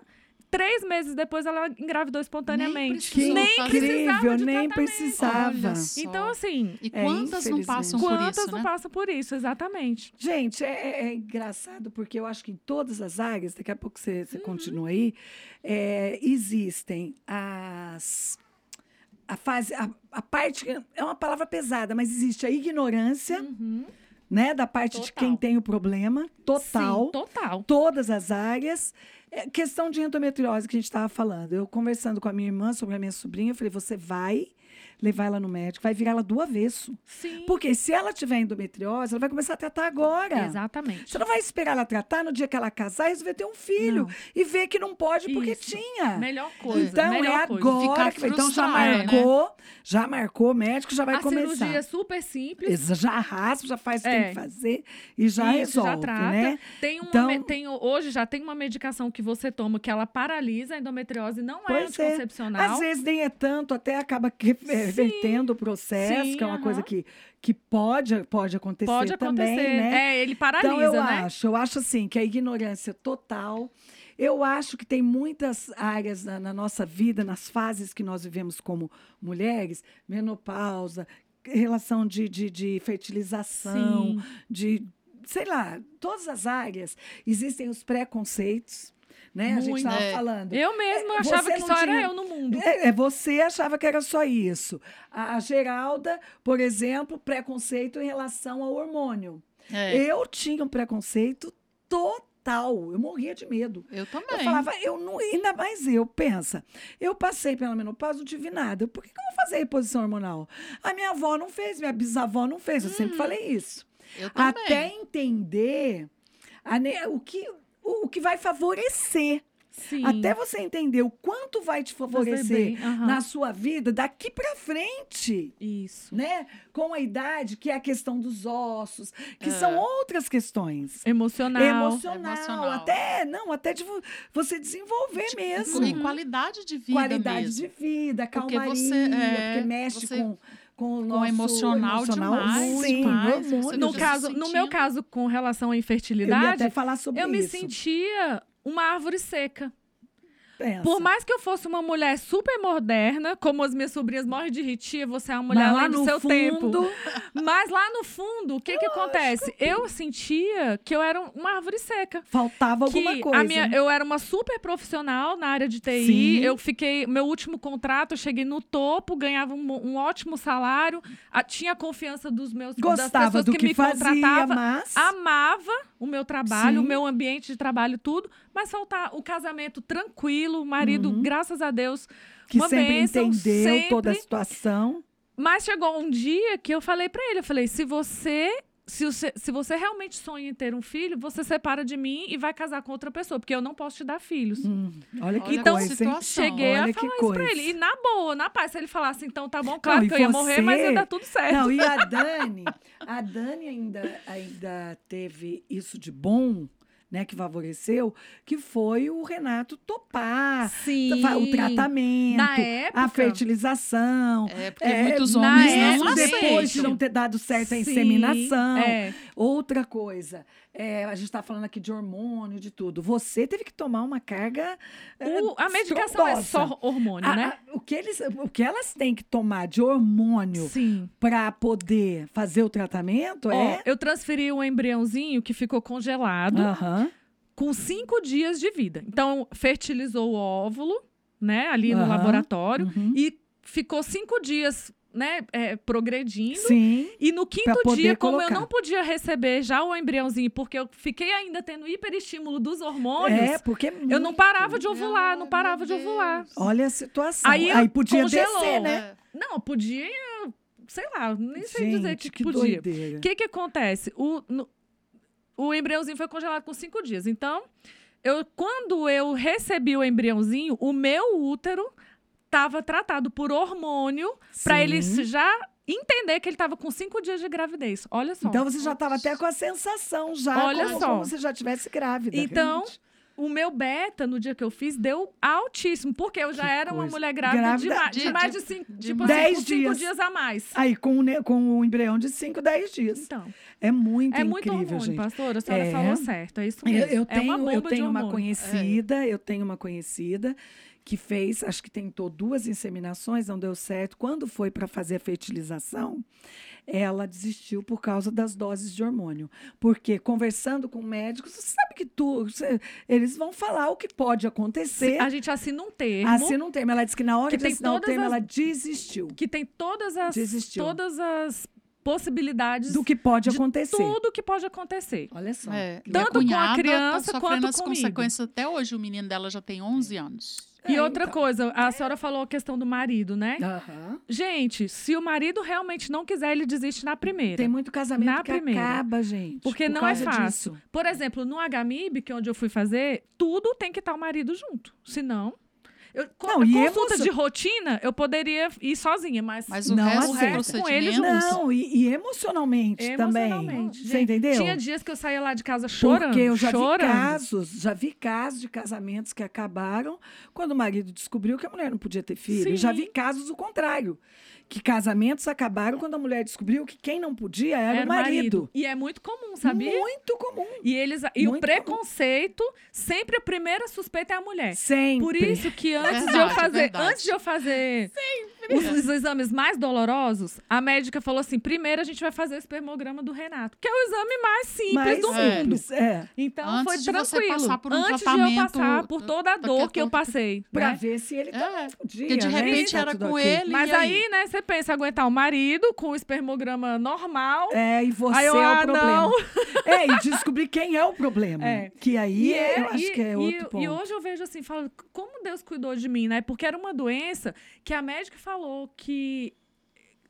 C: Três meses depois, ela engravidou espontaneamente.
B: precisou
C: Nem
B: fazer.
A: Incrível,
C: precisava de
A: nem
C: tratamento.
A: precisava.
B: Olha só.
C: Então, assim,
B: E quantas não
A: é, infelizmente.
B: passam
C: quantas
B: por isso,
C: não
B: né?
C: passam por isso? Exatamente.
A: Gente, é, é- é engraçado porque eu acho que em todas as áreas, daqui a pouco você, você continua aí, é, existem as. A fase. A, a parte. que- É uma palavra pesada, mas existe a ignorância,
C: Uhum.
A: né? Da parte de quem
C: Total.
A: tem o problema, total.
C: Sim, total.
A: todas as áreas. É, questão de endometriose que a gente estava falando. Eu conversando com a minha irmã sobre a minha sobrinha, eu falei: você vai levar ela no médico, vai virar ela do avesso.
C: Sim.
A: Porque se ela tiver endometriose, ela vai começar a tratar agora.
C: Exatamente.
A: Você não vai esperar ela tratar no dia que ela casar e resolver ter um filho
C: Não.
A: e ver que não pode porque
C: Isso.
A: tinha.
C: Melhor coisa.
A: então é
C: melhor coisa.
A: agora
B: Ficar
A: que vai. Então já
B: frustrada, né?
A: marcou, já marcou o médico, já vai
C: a
A: começar.
C: cirurgia é super simples.
A: Eles Já raspa, já faz o que
C: É.
A: tem que fazer e já
C: Isso,
A: resolve,
C: já trata.
A: né?
C: Tem uma,
A: Então-
C: me- tem, hoje já tem uma medicação que você toma que ela paralisa a endometriose, não é
A: Pois é.
C: anticoncepcional.
A: Às vezes nem é tanto, até acaba que revertendo o processo,
C: Sim,
A: que é uma coisa
C: aham.
A: que, que pode, pode acontecer
C: Pode
A: também,
C: acontecer.
A: né?
C: É, ele paralisa,
A: Então eu
C: né?
A: acho, eu acho assim que a ignorância total. Eu acho que tem muitas áreas na, na nossa vida, nas fases que nós vivemos como mulheres, menopausa, relação de, de, de fertilização,
C: Sim.
A: de sei lá, todas as áreas existem os preconceitos, né? a gente
C: Muito.
A: estava
B: É.
A: falando.
C: Eu mesma
A: É,
C: achava
A: você
C: que
A: não
C: só era
A: tinha-
C: eu no mundo.
A: É, é, você achava que era só isso. A, a Geralda, por exemplo, preconceito em relação ao hormônio.
B: É,
A: Eu tinha um preconceito total. Eu morria de medo.
B: eu
A: Eu
B: também.
A: falava, eu não, ainda mais eu, pensa. Eu passei pela menopausa, não tive nada. Por que, que eu vou fazer reposição hormonal? A minha avó não fez, minha bisavó não fez. Eu sempre falei isso
B: eu também.
A: até entender a ne- o, que, o, o que vai favorecer.
C: Sim.
A: Até você entender o quanto vai te
C: Fazer
A: favorecer
C: bem, aham.
A: na sua vida daqui pra frente.
C: Isso.
A: Né? Com a idade, que é a questão dos ossos, que são outras questões.
C: Emocional.
A: Emocional,
B: É. Emocional.
A: até não, até de vo- você desenvolver mesmo.
B: E qualidade de vida
A: Qualidade
B: mesmo.
A: de vida,
B: Porque
A: calmaria, porque,
B: você, é,
A: mexe
B: você-
A: com, com o
B: Com
A: nosso
B: emocional, demais.
A: Sim,
B: demais,
A: hormônio.
B: você
C: No,
B: fica se
C: caso, no meu
B: sentindo-
C: caso, com relação à
A: Eu ia até
C: infertilidade,
A: falar sobre
C: eu me
A: isso. Tá
C: sentia uma árvore seca.
A: Pensa.
C: Por mais que eu fosse uma mulher super moderna, como as minhas sobrinhas morrem de ritia, você é uma mulher
A: Mas
C: lá, do seu tempo.
A: fundo,
C: Mas lá no fundo, o que que acontece? Eu sentia que eu era um, uma árvore seca.
A: Faltava alguma
C: que
A: coisa.
C: a minha, eu era uma super profissional na área de TI.
A: Sim.
C: Eu fiquei, meu último contrato, eu cheguei no topo, ganhava um, um ótimo salário, a- tinha a confiança dos meus das
A: Gostava
C: pessoas
A: do
C: que,
A: que,
C: me
A: fazia,
C: contratavam.
A: mas...
C: Amava o meu trabalho, o
A: Sim.
C: meu ambiente de trabalho, tudo, mas faltar o casamento tranquilo, o marido,
A: Uhum.
C: graças a Deus.
A: que
C: uma
A: sempre
C: bênção,
A: entendeu
C: sempre.
A: toda a situação.
C: Mas chegou um dia que eu falei pra ele, eu falei, se você, se você, se você realmente sonha em ter um filho, você separa de mim e vai casar com outra pessoa, porque eu não posso te dar filhos.
A: Hum, olha que
B: Olha
C: Então,
B: a
A: coisa, hein?
B: situação.
C: Cheguei
A: olha
C: a
A: que
C: falar isso
A: coisa.
C: pra ele. E na boa, na paz, se ele falasse, então tá bom, claro
A: e
C: que eu ia morrer, mas ia
A: você-
C: dar tudo certo.
A: Não, e a Dani, a Dani ainda, ainda teve isso de bom, né, que favoreceu, que foi o Renato topar
C: Sim.
A: o tratamento,
C: Na época.
A: a fertilização.
B: É, porque
A: É,
B: muitos
C: na
B: homens não
A: Mesmo
C: época, um
A: depois de
B: aceitam.
A: não ter dado certo a
C: Sim,
A: inseminação,
C: é.
A: Outra coisa, é, a gente está falando aqui de hormônio, de tudo. Você teve que tomar uma carga. é, Ah,
C: O- a medicação é
A: estrondosa.
C: só hormônio,
A: A-
C: né?
A: a- o, que eles, o que elas têm que tomar de hormônio
C: Sim.
A: para poder fazer o tratamento
C: Ó,
A: é.
C: eu transferi um embriãozinho que ficou congelado
A: Aham.
C: com cinco dias de vida. Então, fertilizou o óvulo, né? Ali no
A: Aham.
C: laboratório.
A: Uhum.
C: E ficou cinco dias, né? é, progredindo.
A: Sim.
C: E no quinto
A: poder
C: dia, como
A: colocar.
C: eu não podia receber já o embriãozinho, porque eu fiquei ainda tendo hiperestímulo dos hormônios,
A: É, porque.
C: eu não parava de ovular, não
B: Ah,
C: parava
B: meu
C: de ovular.
B: Deus.
A: Olha a situação.
C: Aí
A: podia
C: congelou,
A: descer, né?
B: É.
C: Não, podia, sei lá, nem sei
A: Gente,
C: dizer que,
A: que
C: podia.
A: doideira.
C: O que que acontece? O, no- o embriãozinho foi congelado com cinco dias. Então, eu, quando eu recebi o embriãozinho, o meu útero estava tratado por hormônio para
A: Sim.
C: ele já entender que ele estava com cinco dias de gravidez. Olha só.
A: Então você já estava até com a sensação já,
C: Olha
A: como,
C: só.
A: como se já estivesse grávida.
C: Então,
A: realmente.
C: O meu beta, no dia que eu fiz, deu altíssimo, porque eu já
A: Que
C: era uma
A: coisa.
C: mulher grávida, de,
A: Grávida
C: ma-
B: de-
C: de mais
B: de-
C: de, cinco,
B: de
C: tipo
B: mais-
C: assim, com
A: Dez
C: cinco
A: dias. Ah,
C: dias a mais.
A: Aí com, o ne- com um embrião de 5, 10 dias.
C: Então,
A: É muito
C: é muito
A: incrível,
C: hormônio,
A: gente.
C: pastora, a senhora
A: É.
C: falou certo, é isso
A: Eu,
C: mesmo.
A: eu
C: é uma
A: tenho,
C: bomba
A: eu
C: de
A: tenho uma
C: hormônio.
A: conhecida, eu tenho uma conhecida que fez, acho que tentou duas inseminações, não deu certo. Quando foi para fazer a fertilização, ela desistiu por causa das doses de hormônio. Porque conversando com médicos, você sabe que tu, você- eles vão falar o que pode acontecer.
C: A gente assina um termo
A: Assim não tem, mas ela disse que na hora
C: Que
A: de
C: tem
A: assinar o
C: todas
A: termo,
C: as-
A: ela desistiu
C: que tem todas as,
A: Desistiu.
C: todas as possibilidades
A: do que pode
C: de
A: acontecer.
C: tudo que pode acontecer.
A: Olha só.
B: É, minha
C: Tanto com a
B: cunhada
C: criança
B: tá
C: quanto
B: sofrendo as
C: comigo.
B: consequências até hoje. O menino dela já tem 11 anos.
C: E
A: É,
C: outra
A: então.
C: coisa, a senhora falou a questão do marido, né?
A: Aham.
C: Gente, se o marido realmente não quiser, ele desiste na primeira.
A: Tem muito casamento
C: Na
A: que
C: primeira.
A: acaba, gente.
C: Porque
A: por
C: não é
A: causa
C: fácil.
A: disso.
C: Por exemplo, no HMIB, que é onde eu fui fazer, tudo tem que estar o marido junto. Senão. Eu, co-
A: Não, e
C: consulta
A: emocio-
C: de rotina, eu poderia ir sozinha, mas,
B: Mas o
A: Não,
B: resto,
A: o
B: do
A: resto
C: com eles,
B: procedimento,
A: Não, e, e emocionalmente,
C: Emocionalmente,
A: também. Você
C: gente.
A: entendeu?
C: tinha dias que eu saía lá de casa chorando.
A: Porque eu já
C: chorando.
A: vi casos, já vi casos de casamentos que acabaram quando o marido descobriu que a mulher não podia ter filho. Eu Já
C: Sim.
A: vi casos o contrário, que casamentos acabaram quando a mulher descobriu que quem não podia era,
C: Era
A: o marido.
C: E é muito comum, sabia?
A: Muito comum.
C: E eles e o
A: Muito
C: preconceito, sempre a primeira suspeita é a mulher.
A: Sempre.
C: Por isso que antes de eu
B: É Verdade,
C: fazer,
B: verdade.
C: antes de eu fazer os, os exames mais dolorosos, a médica falou assim: "Primeiro a gente vai fazer o espermograma do Renato, que é o exame mais simples
A: Mas
C: do
B: é.
C: mundo".
A: simples, é.
C: Então
B: Antes
C: foi
B: de você
C: tranquilo.
B: passar por um
C: antes de eu
B: tratamento,
C: passar por toda a
B: da
C: dor que eu
B: questão-
C: passei,
A: Pra
C: né?
A: ver se ele tá
B: É,
A: podia,
B: porque de
A: né?
B: repente
A: Tá
B: era
A: tudo
B: com
A: ok.
B: ele.
C: Mas
B: e
C: aí, né, você pensa aguentar o marido com o espermograma normal,
A: É, e você
C: Aí
A: é
C: eu,
A: o
C: ah,
A: problema.
C: não.
A: É, e descobrir quem é o problema.
C: É.
A: Que aí
C: é-
A: eu acho que é outro
C: e-
A: ponto.
C: e hoje eu vejo assim, falo, como Deus cuidou de mim, né? Porque era uma doença que a médica falou que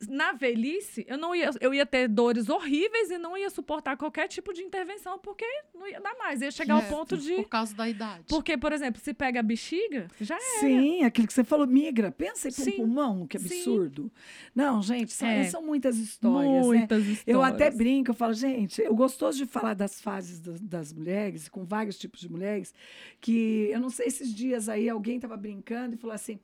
C: na velhice eu não ia, eu ia ter dores horríveis e não ia suportar qualquer tipo de intervenção, porque não ia dar mais, ia chegar ao
B: É,
C: ponto de
B: Por causa da idade.
C: porque, por exemplo, se pega a bexiga, já é.
A: Sim, aquilo que você falou, migra. Pensa aí para um
C: Sim.
A: pulmão, que
C: Sim.
A: absurdo. Não, gente, são,
C: É.
A: são muitas histórias, né?
C: Muitas histórias.
A: Eu até brinco, eu falo, gente, eu gostoso de falar das fases das, das mulheres, com vários tipos de mulheres, que eu não sei, esses dias aí alguém estava brincando e falou assim,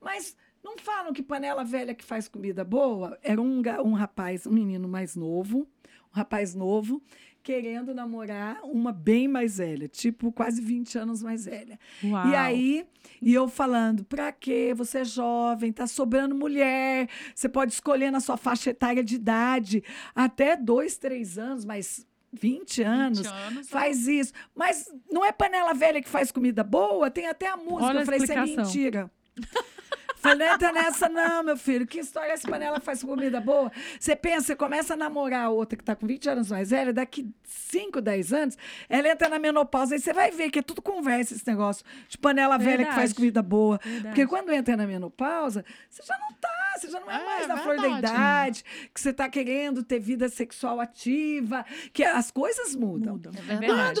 A: mas não falam que panela velha que faz comida boa? Era um, ga- um rapaz, um menino mais novo, um rapaz novo, querendo namorar uma bem mais velha, tipo quase 20 anos mais velha.
C: Uau.
A: E aí, e eu falando, pra quê? Você é jovem, tá sobrando mulher, você pode escolher na sua faixa etária de idade, até dois, três anos, mas 20 anos.
B: 20 anos
A: Faz isso. Mas não é panela velha que faz comida boa? Tem até a música.
C: Olha a
A: eu falei, isso é
C: explicação.
A: mentira. Falei, não entra nessa, não, meu filho. Que história é essa panela faz comida boa? Você pensa, você começa a namorar a outra que tá com 20 anos mais velha, daqui 5, 10 anos, ela entra na menopausa. Aí você vai ver que é tudo conversa esse negócio de panela velha que faz
C: Verdade. É.
A: comida boa.
C: Verdade.
A: Porque quando entra na menopausa, você já não tá, você já não é,
B: É,
A: mais na flor da
B: verdade.
A: idade, que você tá querendo ter vida sexual ativa, que as coisas mudam.
C: Mudam.
B: É verdade,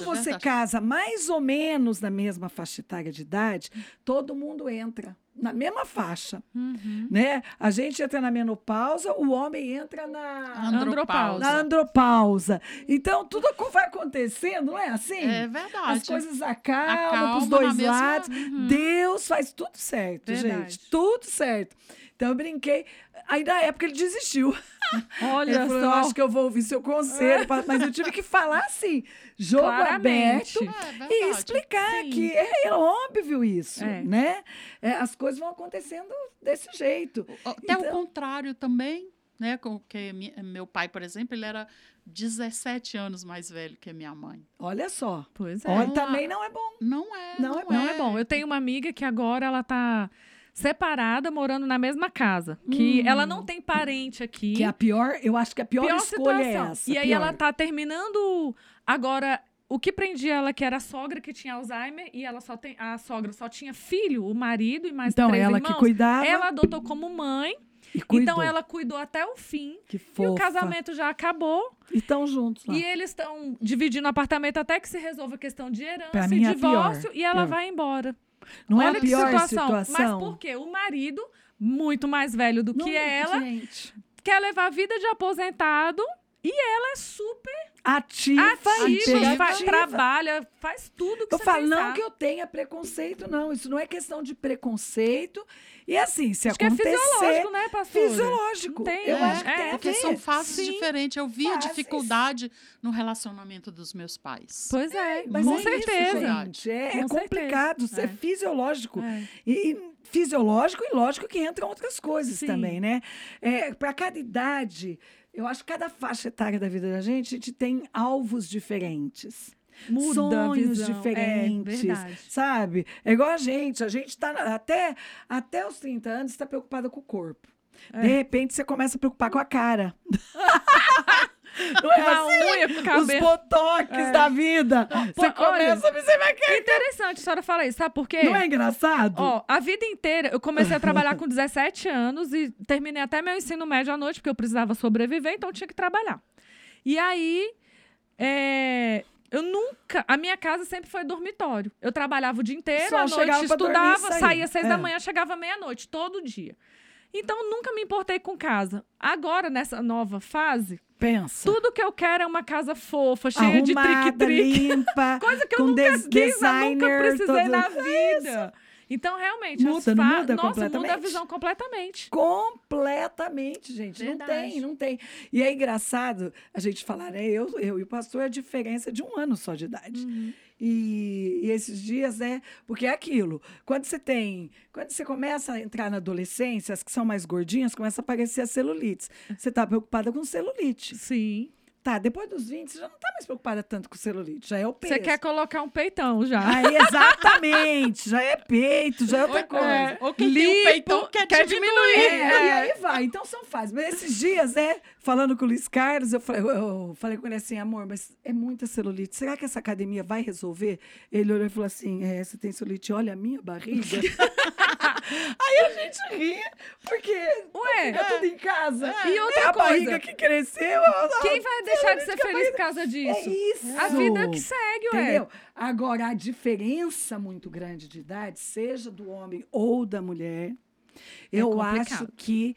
A: Quando
B: é
A: você
B: verdade.
A: casa mais ou menos na mesma faixa etária de idade, todo mundo entra na mesma faixa,
C: Uhum.
A: né? A gente entra na menopausa, o homem entra na,
C: Andropausa.
A: na andropausa. Então, tudo co- vai acontecendo, não é assim?
B: É verdade.
A: As coisas acalmam
B: Acalma
A: para os
B: na
A: dois
B: mesma- Uhum.
A: lados. Deus faz tudo certo,
C: Verdade.
A: gente. Tudo certo. Então, eu brinquei. Aí, na época, ele desistiu. Ele
C: Olha
A: falou, eu
C: só.
A: acho que eu vou ouvir seu conselho, pa- mas eu tive que falar assim, jogo
C: Claramente.
A: aberto
B: É verdade.
A: e explicar
C: Tá Sim.
A: que é, é óbvio isso,
C: É.
A: né? É, as coisas vão acontecendo desse jeito.
B: Até
A: Então-
B: o contrário também, né? com- Porque mi- meu pai, por exemplo, ele era 17 anos mais velho que a minha mãe.
A: Olha só.
C: Pois é.
A: Olha,
B: Não
A: também não é bom.
B: Não é.
A: Não
B: Não,
A: é-
C: Não é bom. Eu tenho uma amiga que agora ela tá separada, morando na mesma casa. Que
A: Hum.
C: ela não tem parente aqui.
A: Que a pior, eu acho que a pior, escolha é essa.
C: E aí
A: pior.
C: ela tá terminando agora. O que prendia ela que era a sogra que tinha Alzheimer e ela só tem a sogra só tinha filho, o marido e mais
A: Então,
C: três
A: ela que
C: irmãos.
A: cuidava
C: Ela adotou como mãe,
A: e cuidou.
C: então ela cuidou até o fim.
A: que
C: E
A: fofa.
C: o casamento já acabou.
A: E estão juntos lá.
C: E eles estão dividindo apartamento até que se resolva a questão de
A: Pra
C: herança
A: mim
C: e
A: é a pior,
C: divórcio. E ela
A: pior.
C: vai embora.
A: Não é
C: Olha
A: a
C: que
A: pior
C: situação. Mas
A: situação?
C: por quê? O marido, muito mais velho do
A: Não,
C: que ela,
A: gente.
C: quer levar a vida de aposentado e ela é super
A: Ativa,
C: ativa, fa-
A: imperativa.
C: trabalha, faz tudo que
A: Eu
C: você
A: falo,
C: pensar.
A: não que eu tenha preconceito, não. Isso não é questão de preconceito. E assim, se
C: Acho que é
A: acontecer...
C: fisiológico, né, pastora?
A: fisiológico.
C: Não tem,
A: Eu
B: é,
A: acho que
C: é,
A: tem a
B: porque
A: ver.
B: são fases
A: Sim.
B: diferentes. Eu vi
A: fases.
B: a dificuldade no relacionamento dos meus pais.
C: Pois é,
A: Mas é
C: com
A: isso,
C: certeza.
A: gente. É,
C: Com
A: é
C: certeza.
A: complicado, isso é,
C: É.
A: fisiológico.
C: É.
A: E, e fisiológico e lógico que entram outras coisas
C: Sim.
A: também, né? Para cada idade, eu acho que cada faixa etária da vida da gente, a gente tem alvos diferentes.
C: Muda a
A: sonhos
C: visão. É,
A: diferentes,
C: verdade.
A: sabe? É igual a gente, a gente tá na- até até os 30 anos está preocupada com o corpo.
C: É.
A: De repente você começa a preocupar com a cara. Não é
C: Uma
A: assim?
C: unha pro cabelo.
A: Os botox da vida. você
C: É. olha-
A: começa a ver, você vai cair.
C: Interessante a senhora falar isso, sabe por quê?
A: Não é engraçado?
C: Ó, a vida inteira, eu
A: Uhum.
C: comecei a trabalhar com 17 anos e terminei até meu ensino médio à noite, porque eu precisava sobreviver, então eu tinha que trabalhar. E aí, é, Eu nunca. A minha casa sempre foi dormitório. Eu trabalhava o dia inteiro,
A: Só
C: à noite
A: chegava pra dormir e
C: estudava,
A: saía.
C: saía às seis
A: É.
C: da manhã, chegava meia-noite, todo dia. Então nunca me importei com casa. Agora, nessa nova fase,
A: Pensa.
C: tudo que eu quero é uma casa fofa, cheia de
A: Arrumada,
C: trick-trick.
A: limpa.
C: Coisa que eu
A: com
C: nunca
A: des-
C: quis, eu nunca
A: designer,
C: precisei
A: todo-
C: na vida. Então, realmente,
A: Muda,
C: as fa-
A: não muda
C: Nossa, muda a
A: completamente?
C: visão completamente.
A: Completamente, gente.
C: Verdade.
A: Não tem, não tem. E é engraçado a gente falar, né? Eu, eu e o pastor é a diferença de um ano só de idade. E, e esses dias, né? Porque é aquilo. Quando você tem. Quando você começa a entrar na adolescência, as que são mais gordinhas, começa a aparecer as celulites. Você tá preocupada com celulite.
C: Sim.
A: Tá, depois dos 20, você já não tá mais preocupada tanto com celulite, já é o peso. Ah,
C: Você quer colocar um peitão já.
A: Aí, exatamente, já é peito, já é outra coisa.
B: É, ou quem tem um
C: Lipo,
B: peitão quer,
C: quer
B: diminuir.
A: É, e aí vai, então são fases. Mas esses dias, né, falando com o Luiz Carlos, eu falei, eu- eu falei com ele assim, amor, mas é muita celulite. Será que essa academia vai resolver? Ele olhou e falou assim: é, você tem celulite, olha a minha barriga. aí a gente ri, porque
C: Ué,
A: fica tudo em casa.
C: E outra
A: é a
C: coisa.
A: barriga que cresceu. a- a-
C: quem vai deixar de
A: celulite
C: ser
A: que
C: feliz por causa
A: É
C: disso?
A: isso.
C: A vida que segue, ué.
A: Entendeu? Agora, a diferença muito grande de idade, seja do homem ou da mulher,
C: É
A: eu
C: complicado.
A: acho que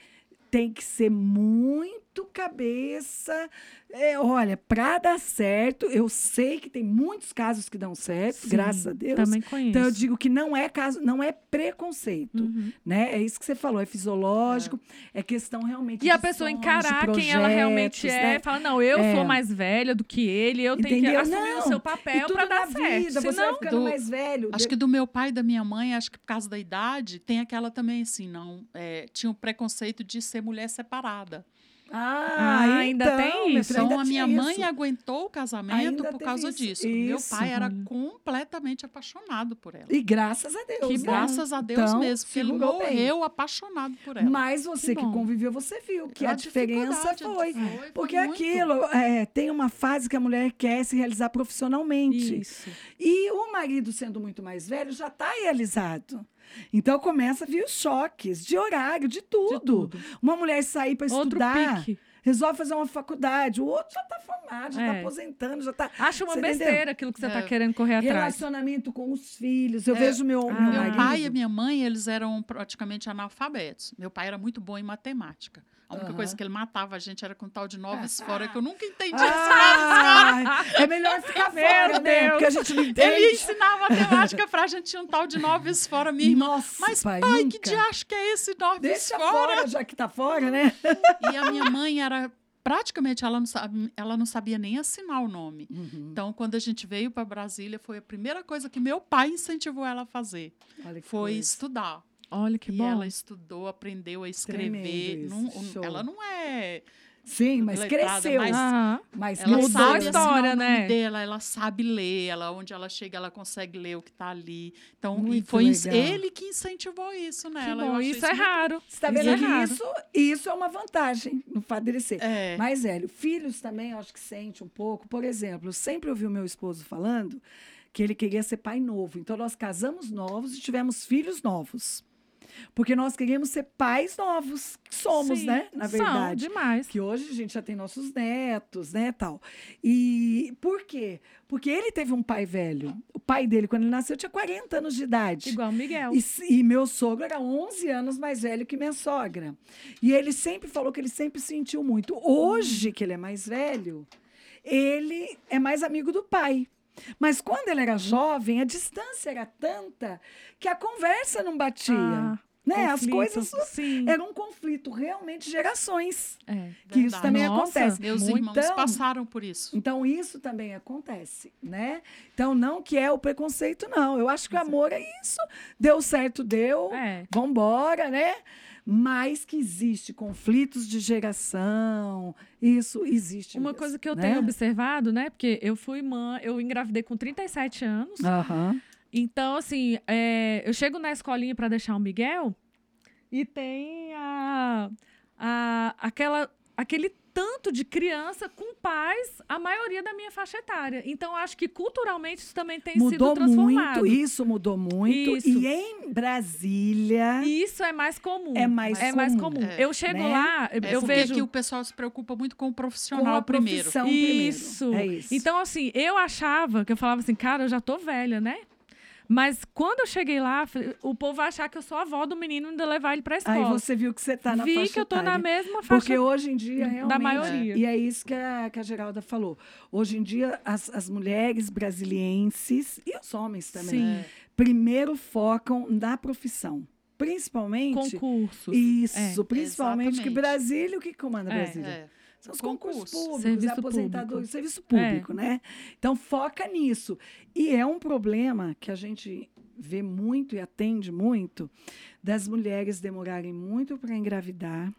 A: tem que ser muito cabeça. É, olha, para dar certo, eu sei que tem muitos casos que dão certo,
C: Sim,
A: graças a Deus.
C: Também conheço.
A: Então eu digo que não é caso, não é preconceito,
C: Uhum.
A: né? É isso que você falou, é fisiológico, é, questão realmente
C: E a
A: de
C: pessoa
A: sonhos, de
C: encarar quem ela realmente
A: projetos,
C: é,
A: né?
C: falar, não, eu
A: É.
C: sou mais velha do que ele, eu tenho que
A: Entendeu?
C: assumir o
A: Não,
C: seu
A: E
C: papel
A: tudo
C: pra dar
A: na
C: certo.
A: vida, você vai
C: Senão,
A: ficando
B: do-
A: mais velho.
B: Acho que do meu pai e da minha mãe, acho que por causa da idade, tem aquela também assim, não. é, tinha o preconceito de ser mulher separada.
A: Ah,
C: Ah, ainda
A: então,
C: tem
A: minha
C: isso?
A: filha,
B: Então
A: ainda
B: a minha
A: tinha
B: mãe
A: isso.
B: aguentou o casamento
A: Ainda
B: por
A: teve
B: causa
A: isso.
B: disso. Meu
A: Isso.
B: pai era
C: Olha.
B: completamente apaixonado por ela.
A: E graças a Deus.
B: é Que
A: né?
B: graças a Deus
A: Então,
B: mesmo, porque ele
A: segurou bem.
B: morreu apaixonado por ela.
A: Mas você
C: Que
A: que,
C: bom.
A: conviveu, você viu que a, diferença
B: dificuldade, a
A: foi.
B: dificuldade foi
A: Porque
B: muito.
A: aquilo, é, tem uma fase que a mulher quer se realizar profissionalmente.
C: Isso.
A: E o marido, sendo muito mais velho, já está realizado. Então começa a vir os choques de horário, de tudo.
C: De tudo.
A: Uma mulher sair para
C: Outro
A: estudar,
C: pique.
A: resolve fazer uma faculdade, o outro já está formado, já está
C: É.
A: aposentando, já tá está
C: Acha uma
A: Você entendeu?
C: besteira aquilo que você tá
B: É.
C: querendo correr atrás.
A: relacionamento com os filhos. Eu
B: É,
A: vejo meu, meu
B: Meu
A: marido.
B: pai é e a minha mãe, eles eram praticamente analfabetos. Meu pai era muito bom em matemática. A única
A: Aham.
B: coisa que ele matava a gente era com tal de noves fora, que eu nunca entendi.
A: Ah, é melhor ficar
C: Meu
A: fora, né?
C: Deus.
A: Porque a gente não
B: Ele
A: entende.
B: ensinava matemática pra gente, tinha um tal de noves fora, minha irmã.
A: Nossa,
B: Mas,
A: pai,
B: Ai,
A: nunca.
B: que diacho que é esse noves
A: Deixa
B: fora?
A: fora, já que tá fora, né?
B: E a minha mãe era... Praticamente, ela não, sabe, ela não sabia nem assinar o nome.
A: Uhum.
B: Então, quando a gente veio para Brasília, foi a primeira coisa que meu pai incentivou ela a fazer.
A: Olha que
B: Foi
A: coisa.
B: estudar.
C: Olha que
B: e
C: bom.
B: ela estudou, aprendeu a escrever.
A: Tremendo
B: Não-
A: isso,
B: um-
A: show.
B: ela não é.
A: Sim, mas
B: Letrada,
A: cresceu. Ah,
B: mas-
C: Aham.
A: Mas
B: Ela
A: mudou.
B: sabe
C: a
B: assinar
C: história,
B: o nome
C: né?
B: dela, ela sabe ler, ela, onde ela chega, ela consegue ler o que está ali. Então, e
A: Muito
B: foi ins-
A: legal.
B: ele que incentivou isso
C: Que
B: nela. Eu
C: bom.
B: achei
C: Isso é
B: muito-
C: raro.
A: Você tá vendo
C: Isso é raro.
A: que isso, isso é uma vantagem no fato dele ser.
B: É.
A: Mais velho. Filhos também, eu acho que sente um pouco. Por exemplo, eu sempre ouvi o meu esposo falando que ele queria ser pai novo. Então, nós casamos novos e tivemos filhos novos. Porque nós queríamos ser pais novos, que somos,
C: Sim,
A: né? Na
C: São,
A: verdade.
C: demais.
A: Que hoje a gente já tem nossos netos, né, tal. E por quê? Porque ele teve um pai velho. O pai dele, quando ele nasceu, tinha 40 anos de idade.
C: Igual o Miguel.
A: E, s- e meu sogro era 11 anos mais velho que minha sogra. E ele sempre falou que ele sempre sentiu muito. Hoje, que ele é mais velho, ele é mais amigo do pai. Mas quando ele era jovem, a distância era tanta que a conversa não batia.
C: Ah,
A: né? As
C: conflito.
A: coisas.
C: Sim.
A: Era um conflito, realmente, de gerações.
C: É.
A: Que isso
B: Verdade.
A: também
C: Nossa.
A: acontece.
B: Meus
A: Então-
B: irmãos passaram por isso.
A: Então, isso também acontece, né? Então, não que é o preconceito, não. Eu acho que o amor é isso. Deu certo, deu
C: É.
A: vambora, né? Mas que existe conflitos de geração, isso existe.
C: Uma
A: mesmo,
C: coisa que eu
A: né?
C: tenho observado, né? Porque eu fui mãe, eu engravidei com 37 anos.
A: Aham.
C: Então, assim, é, eu chego na escolinha pra deixar o Miguel e tem a, a- aquela, aquele tanto de criança com pais, a maioria da minha faixa etária. Então, eu acho que culturalmente isso também tem sido
A: mudou
C: transformado.
A: muito, isso mudou muito.
C: Isso.
A: E em Brasília.
C: E isso é mais comum.
A: É mais
C: é mais
A: comum.
C: comum.
B: É.
C: eu chego
A: Né?
C: lá, eu,
B: É
C: eu
B: porque
C: vejo
B: que o pessoal se preocupa muito com o profissional
A: com a
B: primeiro.
A: profissão primeiro.
C: é Isso.
A: É isso.
C: Então, assim, eu achava que eu falava assim, cara, eu já tô velha, né? Mas quando eu cheguei lá, falei, o povo vai achar que eu sou a avó do menino e ainda levar ele pra escola.
A: Aí você viu que você está tá na
C: Vi
A: faixa
C: que eu tô na
A: etária.
C: mesma faixa.
A: Porque hoje em dia,
C: da
A: realmente...
C: maioria.
A: E é isso que a, que a Geralda falou. Hoje em dia, as, as mulheres brasilienses e os homens também,
C: Sim,
A: primeiro focam na profissão. Principalmente...
C: concursos.
A: Isso,
C: É,
A: principalmente que
B: exatamente.
A: Brasília, o que comanda
C: É,
A: Brasília?
B: É.
A: São os concursos
B: Concursos.
A: públicos,
C: Serviço
A: aposentadoria,
C: público. É.
A: serviço público, né? Então foca nisso. E é um problema que a gente vê muito e atende muito das mulheres demorarem muito para engravidar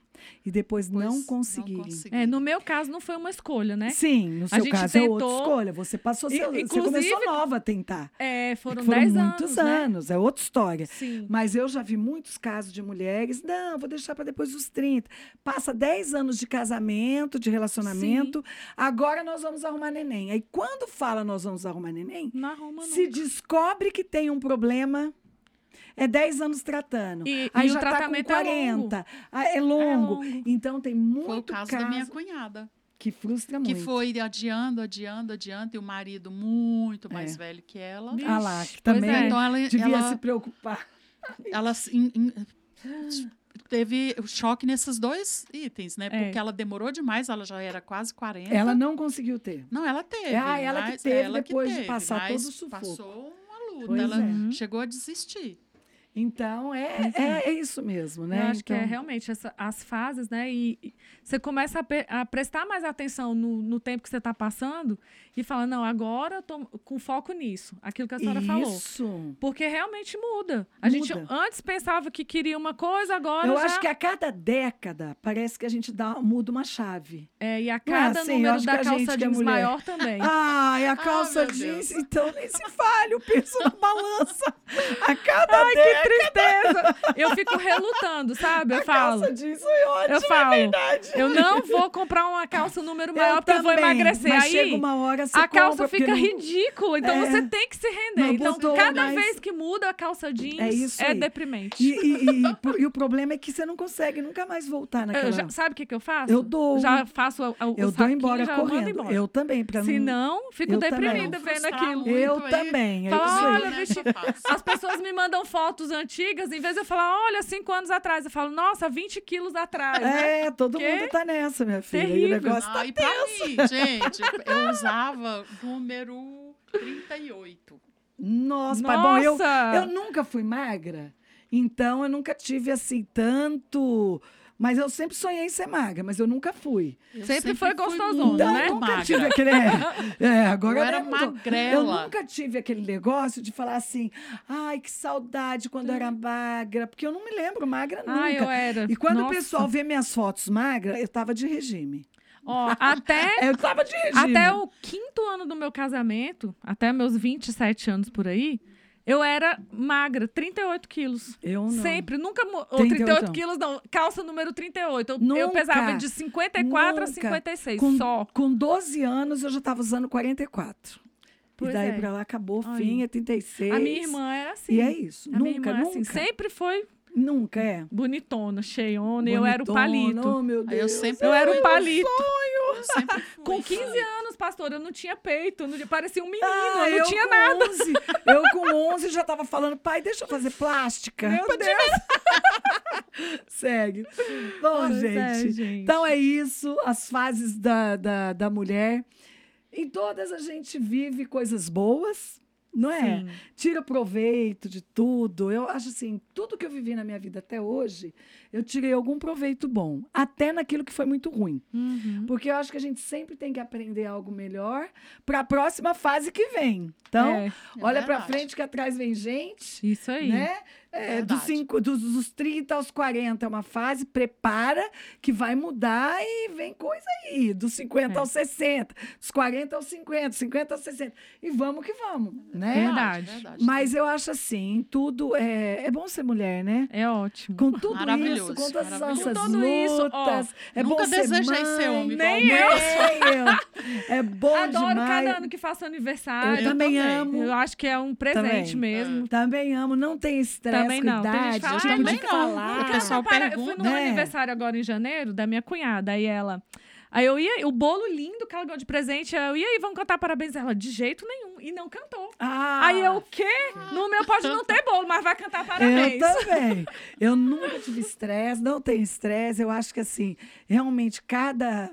A: e depois
B: Pois
A: não conseguirem.
C: É, no meu caso, não foi uma escolha, né?
A: Sim, no seu
C: gente
A: caso é outra
C: tentou-
A: escolha. Você passou,
C: E-
A: seu, você
C: inclusive-
A: começou nova a tentar.
C: É, foram
A: Foram,
C: 10 anos.
A: muitos
C: né?
A: anos, é outra história.
C: Sim.
A: Mas eu já vi muitos casos de mulheres, não, vou deixar para depois dos 30. Passa 10 anos de casamento, de relacionamento, agora nós vamos arrumar neném. Aí quando fala nós vamos arrumar neném,
C: Não arruma, não.
A: se descobre que tem um problema, é 10 anos tratando.
C: E,
A: Aí
C: e
A: já
C: o tratamento
A: tá com 40.
C: é longo.
A: Ah, É, longo.
C: longo.
A: Então tem muito
B: Foi o caso,
A: caso,
B: da minha cunhada,
A: que frustra
B: que
A: muito.
B: foi adiando, adiando, adiando, e o marido muito mais
A: É.
B: velho que ela.
C: Vixe,
A: Ah lá, que
C: pois
A: também
C: é.
B: Então ela,
A: Devia
B: ela,
A: se preocupar.
B: ela se- em- em- teve o choque nesses dois itens, né?
C: É.
B: Porque ela demorou demais, ela já era quase 40.
A: Ela não conseguiu ter.
B: Não, ela teve.
A: Ah, ela que
B: mas-
A: teve
B: ela que
A: depois de
B: teve,
A: passar
B: mas
A: todo o sufoco.
B: Passou uma luta,
A: Pois
B: ela Uhum.
A: é.
B: chegou a desistir.
A: Então é, é, é isso mesmo, né?
C: Eu acho que é
A: Então-
C: realmente essa- as fases, né? E, e você começa a, pe- a prestar mais atenção no, no tempo que você está passando e fala, não, agora eu tô com foco nisso, aquilo que a senhora falou.
A: Isso.
C: Porque realmente muda. A gente
A: Muda.
C: antes pensava que queria uma coisa, agora
A: Eu
C: já...
A: acho que a cada década parece que a gente dá, muda uma chave.
C: É, e a
A: Não é
C: cada
A: assim, eu
C: número
A: acho
C: da
A: que a gente
C: calça
A: que é
C: jeans
A: mulher.
C: maior também.
A: Ah, e a calça
B: meu
A: jeans, então nem se fale, o peso na balança. A cada
C: Ai, que tristeza! Eu fico relutando, sabe? Eu falo.
A: é calça jeans foi ótimo,
C: Eu falo.
A: é verdade.
C: Eu não vou comprar uma calça número maior porque eu vou
A: também,
C: emagrecer.
A: Mas
C: Aí
A: chega uma hora, você
C: a calça
A: compra, porque
C: fica
A: não-
C: ridícula, então
A: É.
C: você tem que se render.
A: Não
C: então,
A: mudou,
C: cada
A: mas-
C: vez que muda a calça jeans,
A: É isso aí.
C: deprimente.
A: E, e- e- por- e o problema é que você não consegue nunca mais voltar naquela...
C: Eu já- sabe o que, que eu faço?
A: Eu dou.
C: Já faço a- a- o
A: eu dou
C: saquinho,
A: embora
C: já mando
A: correndo.
C: embora.
A: Eu também, pra
C: Se
A: não...
C: não, fico
A: Eu também.
C: deprimida
B: Não,
C: vendo
B: frustrar
C: aquilo.
B: muito.
A: eu
B: aí-
A: também, é
C: Fala,
A: isso aí.
C: olha,
B: né,
C: vesti-
B: essa fase.
C: As pessoas me mandam fotos antigas, em vez de eu falar, olha, cinco anos atrás, eu falo, nossa, 20 quilos atrás. né?
A: É, todo
C: Quê?
A: mundo tá nessa, minha filha. E o
C: Terrível.
A: negócio tá
B: Ah, e pra mim, gente, eu usava número 38.
A: Nossa, pai,
C: Nossa!
A: bom, eu, eu nunca fui magra, então eu nunca tive assim tanto. Mas eu sempre sonhei em ser magra, mas eu nunca fui.
B: Eu
C: Sempre foi
B: fui
C: gostosona,
B: muito
A: Então,
C: né?
A: eu nunca
B: magra.
A: tive aquele. É, agora
B: Eu era
A: mudou. Eu
B: magrela.
A: nunca tive aquele negócio de falar assim, ai, que saudade quando eu era magra, porque eu não me lembro magra nunca.
C: Ah, eu era.
A: E quando o
C: Nossa.
A: pessoal vê minhas fotos magra, eu tava de regime.
C: Ó, até
A: Eu tava de regime.
C: É, Até o quinto ano do meu casamento, até meus 27 anos por aí, eu era magra, 38 quilos.
A: Eu não.
C: Sempre, nunca. mu- Ou
A: 38
C: 38 quilos, não. Calça número 38. Eu, eu
A: Nunca,
C: pesava de 54 a
A: nunca.
C: 56,
A: Com,
C: só.
A: com 12 anos eu já tava usando 44.
C: Pois
A: e daí
C: é.
A: pra lá acabou,
C: Aí.
A: fim, é 36.
C: A minha irmã era assim.
A: E é isso.
C: A
A: nunca,
C: minha irmã era
A: nunca.
C: assim. Sempre foi
A: Nunca é.
C: bonitona, cheiona. e Eu era o
A: Bonitona,
C: palito.
A: Oh, meu
B: Aí
A: Deus.
B: eu sempre um
C: Eu era
B: fui,
C: o palito.
B: Eu sempre fui.
C: Com 15 anos, pastor, eu não tinha peito. eu não- parecia um menino.
A: Ah,
C: eu não tinha
A: com
C: nada.
A: 11, eu com 11 já tava falando, pai, deixa eu fazer plástica.
C: Meu
A: Deus. Segue. Bom,
C: Pois
A: gente,
C: é, gente.
A: Então é isso, as fases da, da, da mulher. Em todas a gente vive coisas boas, não é?
C: Sim.
A: Tira proveito de tudo. Eu acho assim, tudo que eu vivi na minha vida até hoje, eu tirei algum proveito bom, até naquilo que foi muito ruim.
C: Uhum.
A: Porque eu acho que a gente sempre tem que aprender algo melhor para a próxima fase que vem. Então,
C: É,
B: É
A: olha para
B: verdade.
A: frente que atrás vem gente,
C: isso aí.
A: né? É, dos,
B: Verdade.
A: cinco, dos, dos 30 aos 40 é uma fase, prepara que vai mudar e vem coisa aí, dos 50
C: É.
A: aos 60, dos 40 aos 50, 50 aos 60. E vamos que vamos, né?
C: É Verdade.
A: Mas eu acho assim, tudo é, é bom ser mulher, né?
C: É ótimo.
A: Com tudo isso,
B: Maravilhoso,
A: com todas
B: maravilhoso.
A: essas
C: Com tudo isso,
A: lutas, é
B: Nunca
A: bom ser
B: desejei
A: mãe,
B: ser homem igual
A: Nem
B: a
A: eu. É bom
C: Adoro
A: demais.
C: cada ano que faço aniversário.
A: Eu também
B: também.
A: amo.
C: Eu acho que é um presente
A: Também.
C: mesmo.
A: Também amo, não tem estresse
C: Também
A: com
C: não.
A: idade,
C: Tem gente que fala,
A: tipo
C: "Ai,
A: de
C: também
B: não."
A: falar.
B: O pessoal
C: para, eu fui
B: pergunta.
C: Ah. num
A: É.
C: aniversário agora em janeiro da minha cunhada, aí ela. Aí eu ia, o bolo lindo que ela ganhou de presente, eu ia aí, vamos cantar parabéns ela, de jeito nenhum, e não cantou.
A: Ah, É,
C: Aí eu, o quê? No meu pode não ter bolo, mas vai cantar
A: Eu
C: parabéns.
A: tá- também. Eu nunca tive estresse, não tenho estresse. Eu acho que, assim, realmente, cada,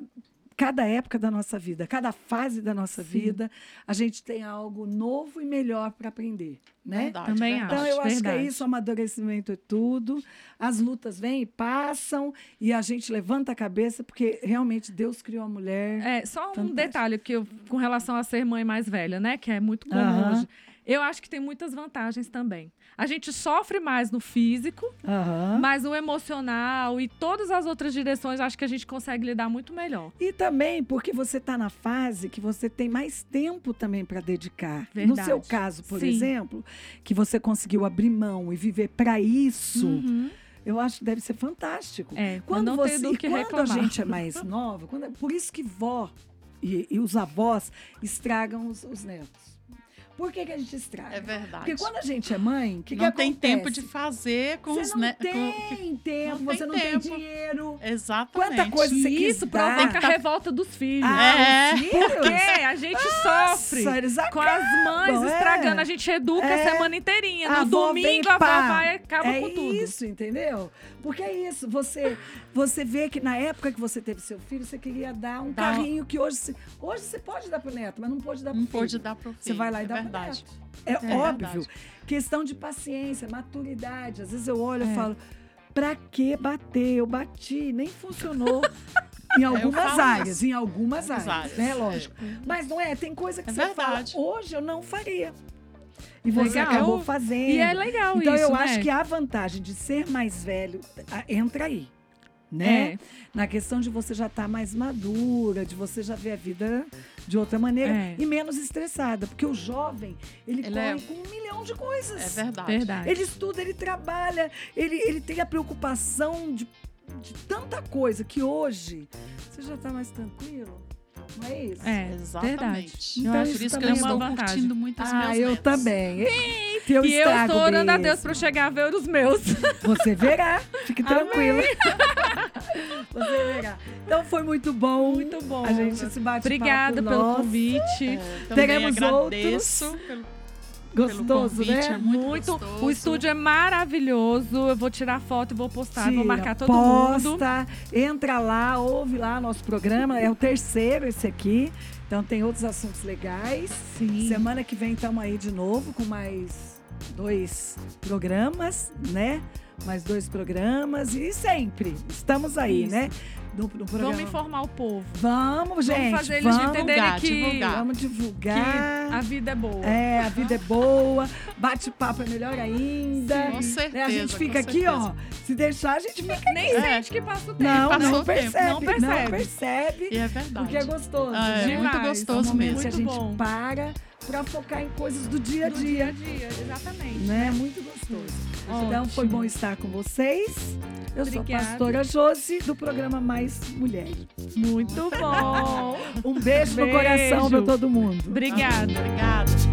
A: cada época da nossa vida, cada fase da nossa vida, a gente tem algo novo e melhor para aprender, né?
B: Verdade,
C: Também
B: verdade.
A: Então,
C: acho.
A: eu acho que é
C: verdade.
A: isso, amadurecimento é tudo. As lutas vêm e passam, e a gente levanta a cabeça, porque realmente Deus criou a mulher.
C: É, só um
A: Fantástico.
C: detalhe que eu, com relação a ser mãe mais velha, né? Que é muito comum
A: Aham.
C: hoje. Eu acho que tem muitas vantagens também. A gente sofre mais no físico,
A: Aham.
C: mas o emocional e todas as outras direções, acho que a gente consegue lidar muito melhor.
A: E também porque você está na fase que você tem mais tempo também para dedicar. No
C: Verdade.
A: seu caso, por
C: Sim.
A: exemplo, que você conseguiu abrir mão e viver para isso,
B: Uhum.
A: eu acho que deve ser fantástico.
C: Uhum. É,
A: Quando
C: eu não
A: você
C: tenho do
A: e
C: que
A: quando
C: reclamar.
A: a gente é mais nova, quando é- por isso que vó e, e os avós estragam os, os netos. Por que, que a gente estraga?
B: É verdade.
A: Porque quando a gente é mãe, o que,
B: não
A: que
B: tem
A: acontece?
B: tempo de fazer com
A: você
B: os
A: não
B: ne-
A: tem
B: com-
A: tempo,
B: não
A: você
B: tem
A: não
B: tempo.
A: tem dinheiro.
B: Exatamente.
A: Quanta coisa você quis
C: Isso provoca
A: dar.
C: a revolta dos filhos.
A: Ah,
B: É.
A: os filhos?
C: Porque a gente sofre
A: Nossa, eles
C: com as mães
A: acabam, é.
C: estragando. A gente educa
A: É.
C: a semana inteirinha.
A: A
C: No
A: avó vem
C: domingo, a avó
A: pá.
C: vai e acaba
A: é
C: com tudo.
A: isso, entendeu? Porque é isso. Você, você vê que na época que você teve seu filho, você queria dar um
B: Dá um-
A: carrinho que hoje, se- hoje você pode dar pro neto, mas não pode dar pro
B: Não
A: filho.
B: pôde dar pro filho.
A: vai lá e
B: é
A: dá pro
B: verdade.
A: É,
B: É
A: óbvio.
B: verdade.
A: Questão de paciência, maturidade. Às vezes eu olho e
C: É.
A: falo, pra que bater? Eu bati, nem funcionou. Em algumas
B: falo
A: áreas,
B: isso.
A: em algumas
B: Algumas
A: áreas,
B: áreas,
A: né?
B: é.
A: Lógico. Mas não é, tem coisa que
B: É
A: você
B: verdade.
A: fala, hoje eu não faria. E você
C: Legal.
A: acabou fazendo.
C: E é legal
A: Então
C: isso,
A: eu
C: né?
A: acho que a vantagem de ser mais velho a- entra aí, né?
C: É,
A: Na questão de você já estar mais madura, de você já ver a vida de outra maneira
C: É.
A: e menos estressada, porque o jovem ele,
B: Ele
A: corre
B: é-
A: com um milhão de
B: É
A: coisas.
B: verdade.
C: verdade.
A: ele estuda, ele trabalha, ele, ele tem a preocupação de, de tanta coisa que hoje você já está mais tranquilo, não é isso?
C: É,
B: Exatamente.
A: Então,
B: Por
A: isso
B: isso que eu
A: também é uma
B: estou
C: vantagem.
B: curtindo muito os meus
A: Ah, eu
B: netos.
A: também. E eu
C: e eu
A: estrago
C: estou orando a Deus
A: mesmo.
C: pra eu chegar a ver os meus.
A: Você verá. Fique tranquila. Você verá. Então foi muito bom.
C: Muito bom.
A: A gente se bate
C: Obrigada pelo convite.
B: É, também
A: Teremos
B: agradeço
A: outros.
B: pelo- é
A: Gostoso,
B: pelo convite,
A: né?
B: é muito gostoso.
C: O estúdio é maravilhoso. Eu vou tirar foto e vou postar. Tá, vou
A: Tira,
C: marcar todo mundo.
A: posta, entra lá, ouve lá nosso programa. É o terceiro esse aqui. Então tem outros assuntos legais.
C: Sim.
A: Semana que vem estamos aí de novo com mais dois programas, né? Mais dois programas. E sempre estamos aí,
C: Isso.
A: né? No, no programa.
C: Vamos informar o povo.
A: Vamos, gente.
C: vamos fazer eles
A: vamos.
C: entenderem
B: divulgar,
C: que,
B: divulgar.
A: Vamos
C: que a
A: divulgar.
C: vida é boa.
A: É, a vida é boa, bate-papo é melhor ainda.
B: Com
A: Né,
B: certeza.
A: a gente fica
B: com
A: aqui,
B: certeza.
A: ó. Se deixar, a gente fica.
C: Nem
B: É.
C: sente que passa o tempo.
A: Não,
B: passou
A: não
B: o tempo,
A: percebe,
B: não
A: não percebe.
B: percebe. E é
A: porque é
B: verdade.
A: gostoso.
B: Ah, é
A: né?
B: muito
C: Demais,
A: É um
B: gostoso
A: momento
B: mesmo.
A: que a
C: Muito
A: gente
C: bom.
A: para pra focar em coisas do dia a
C: Do dia a
A: dia.
C: dia, exatamente.
A: Né? Muito gostoso. Então foi bom estar com vocês. Eu sou a
C: Obrigada.
A: pastora Josi, do programa Mais Mulher.
C: Muito bom.
A: Um beijo, no
C: Beijo.
A: coração pra todo mundo.
C: Obrigada.
B: Obrigada.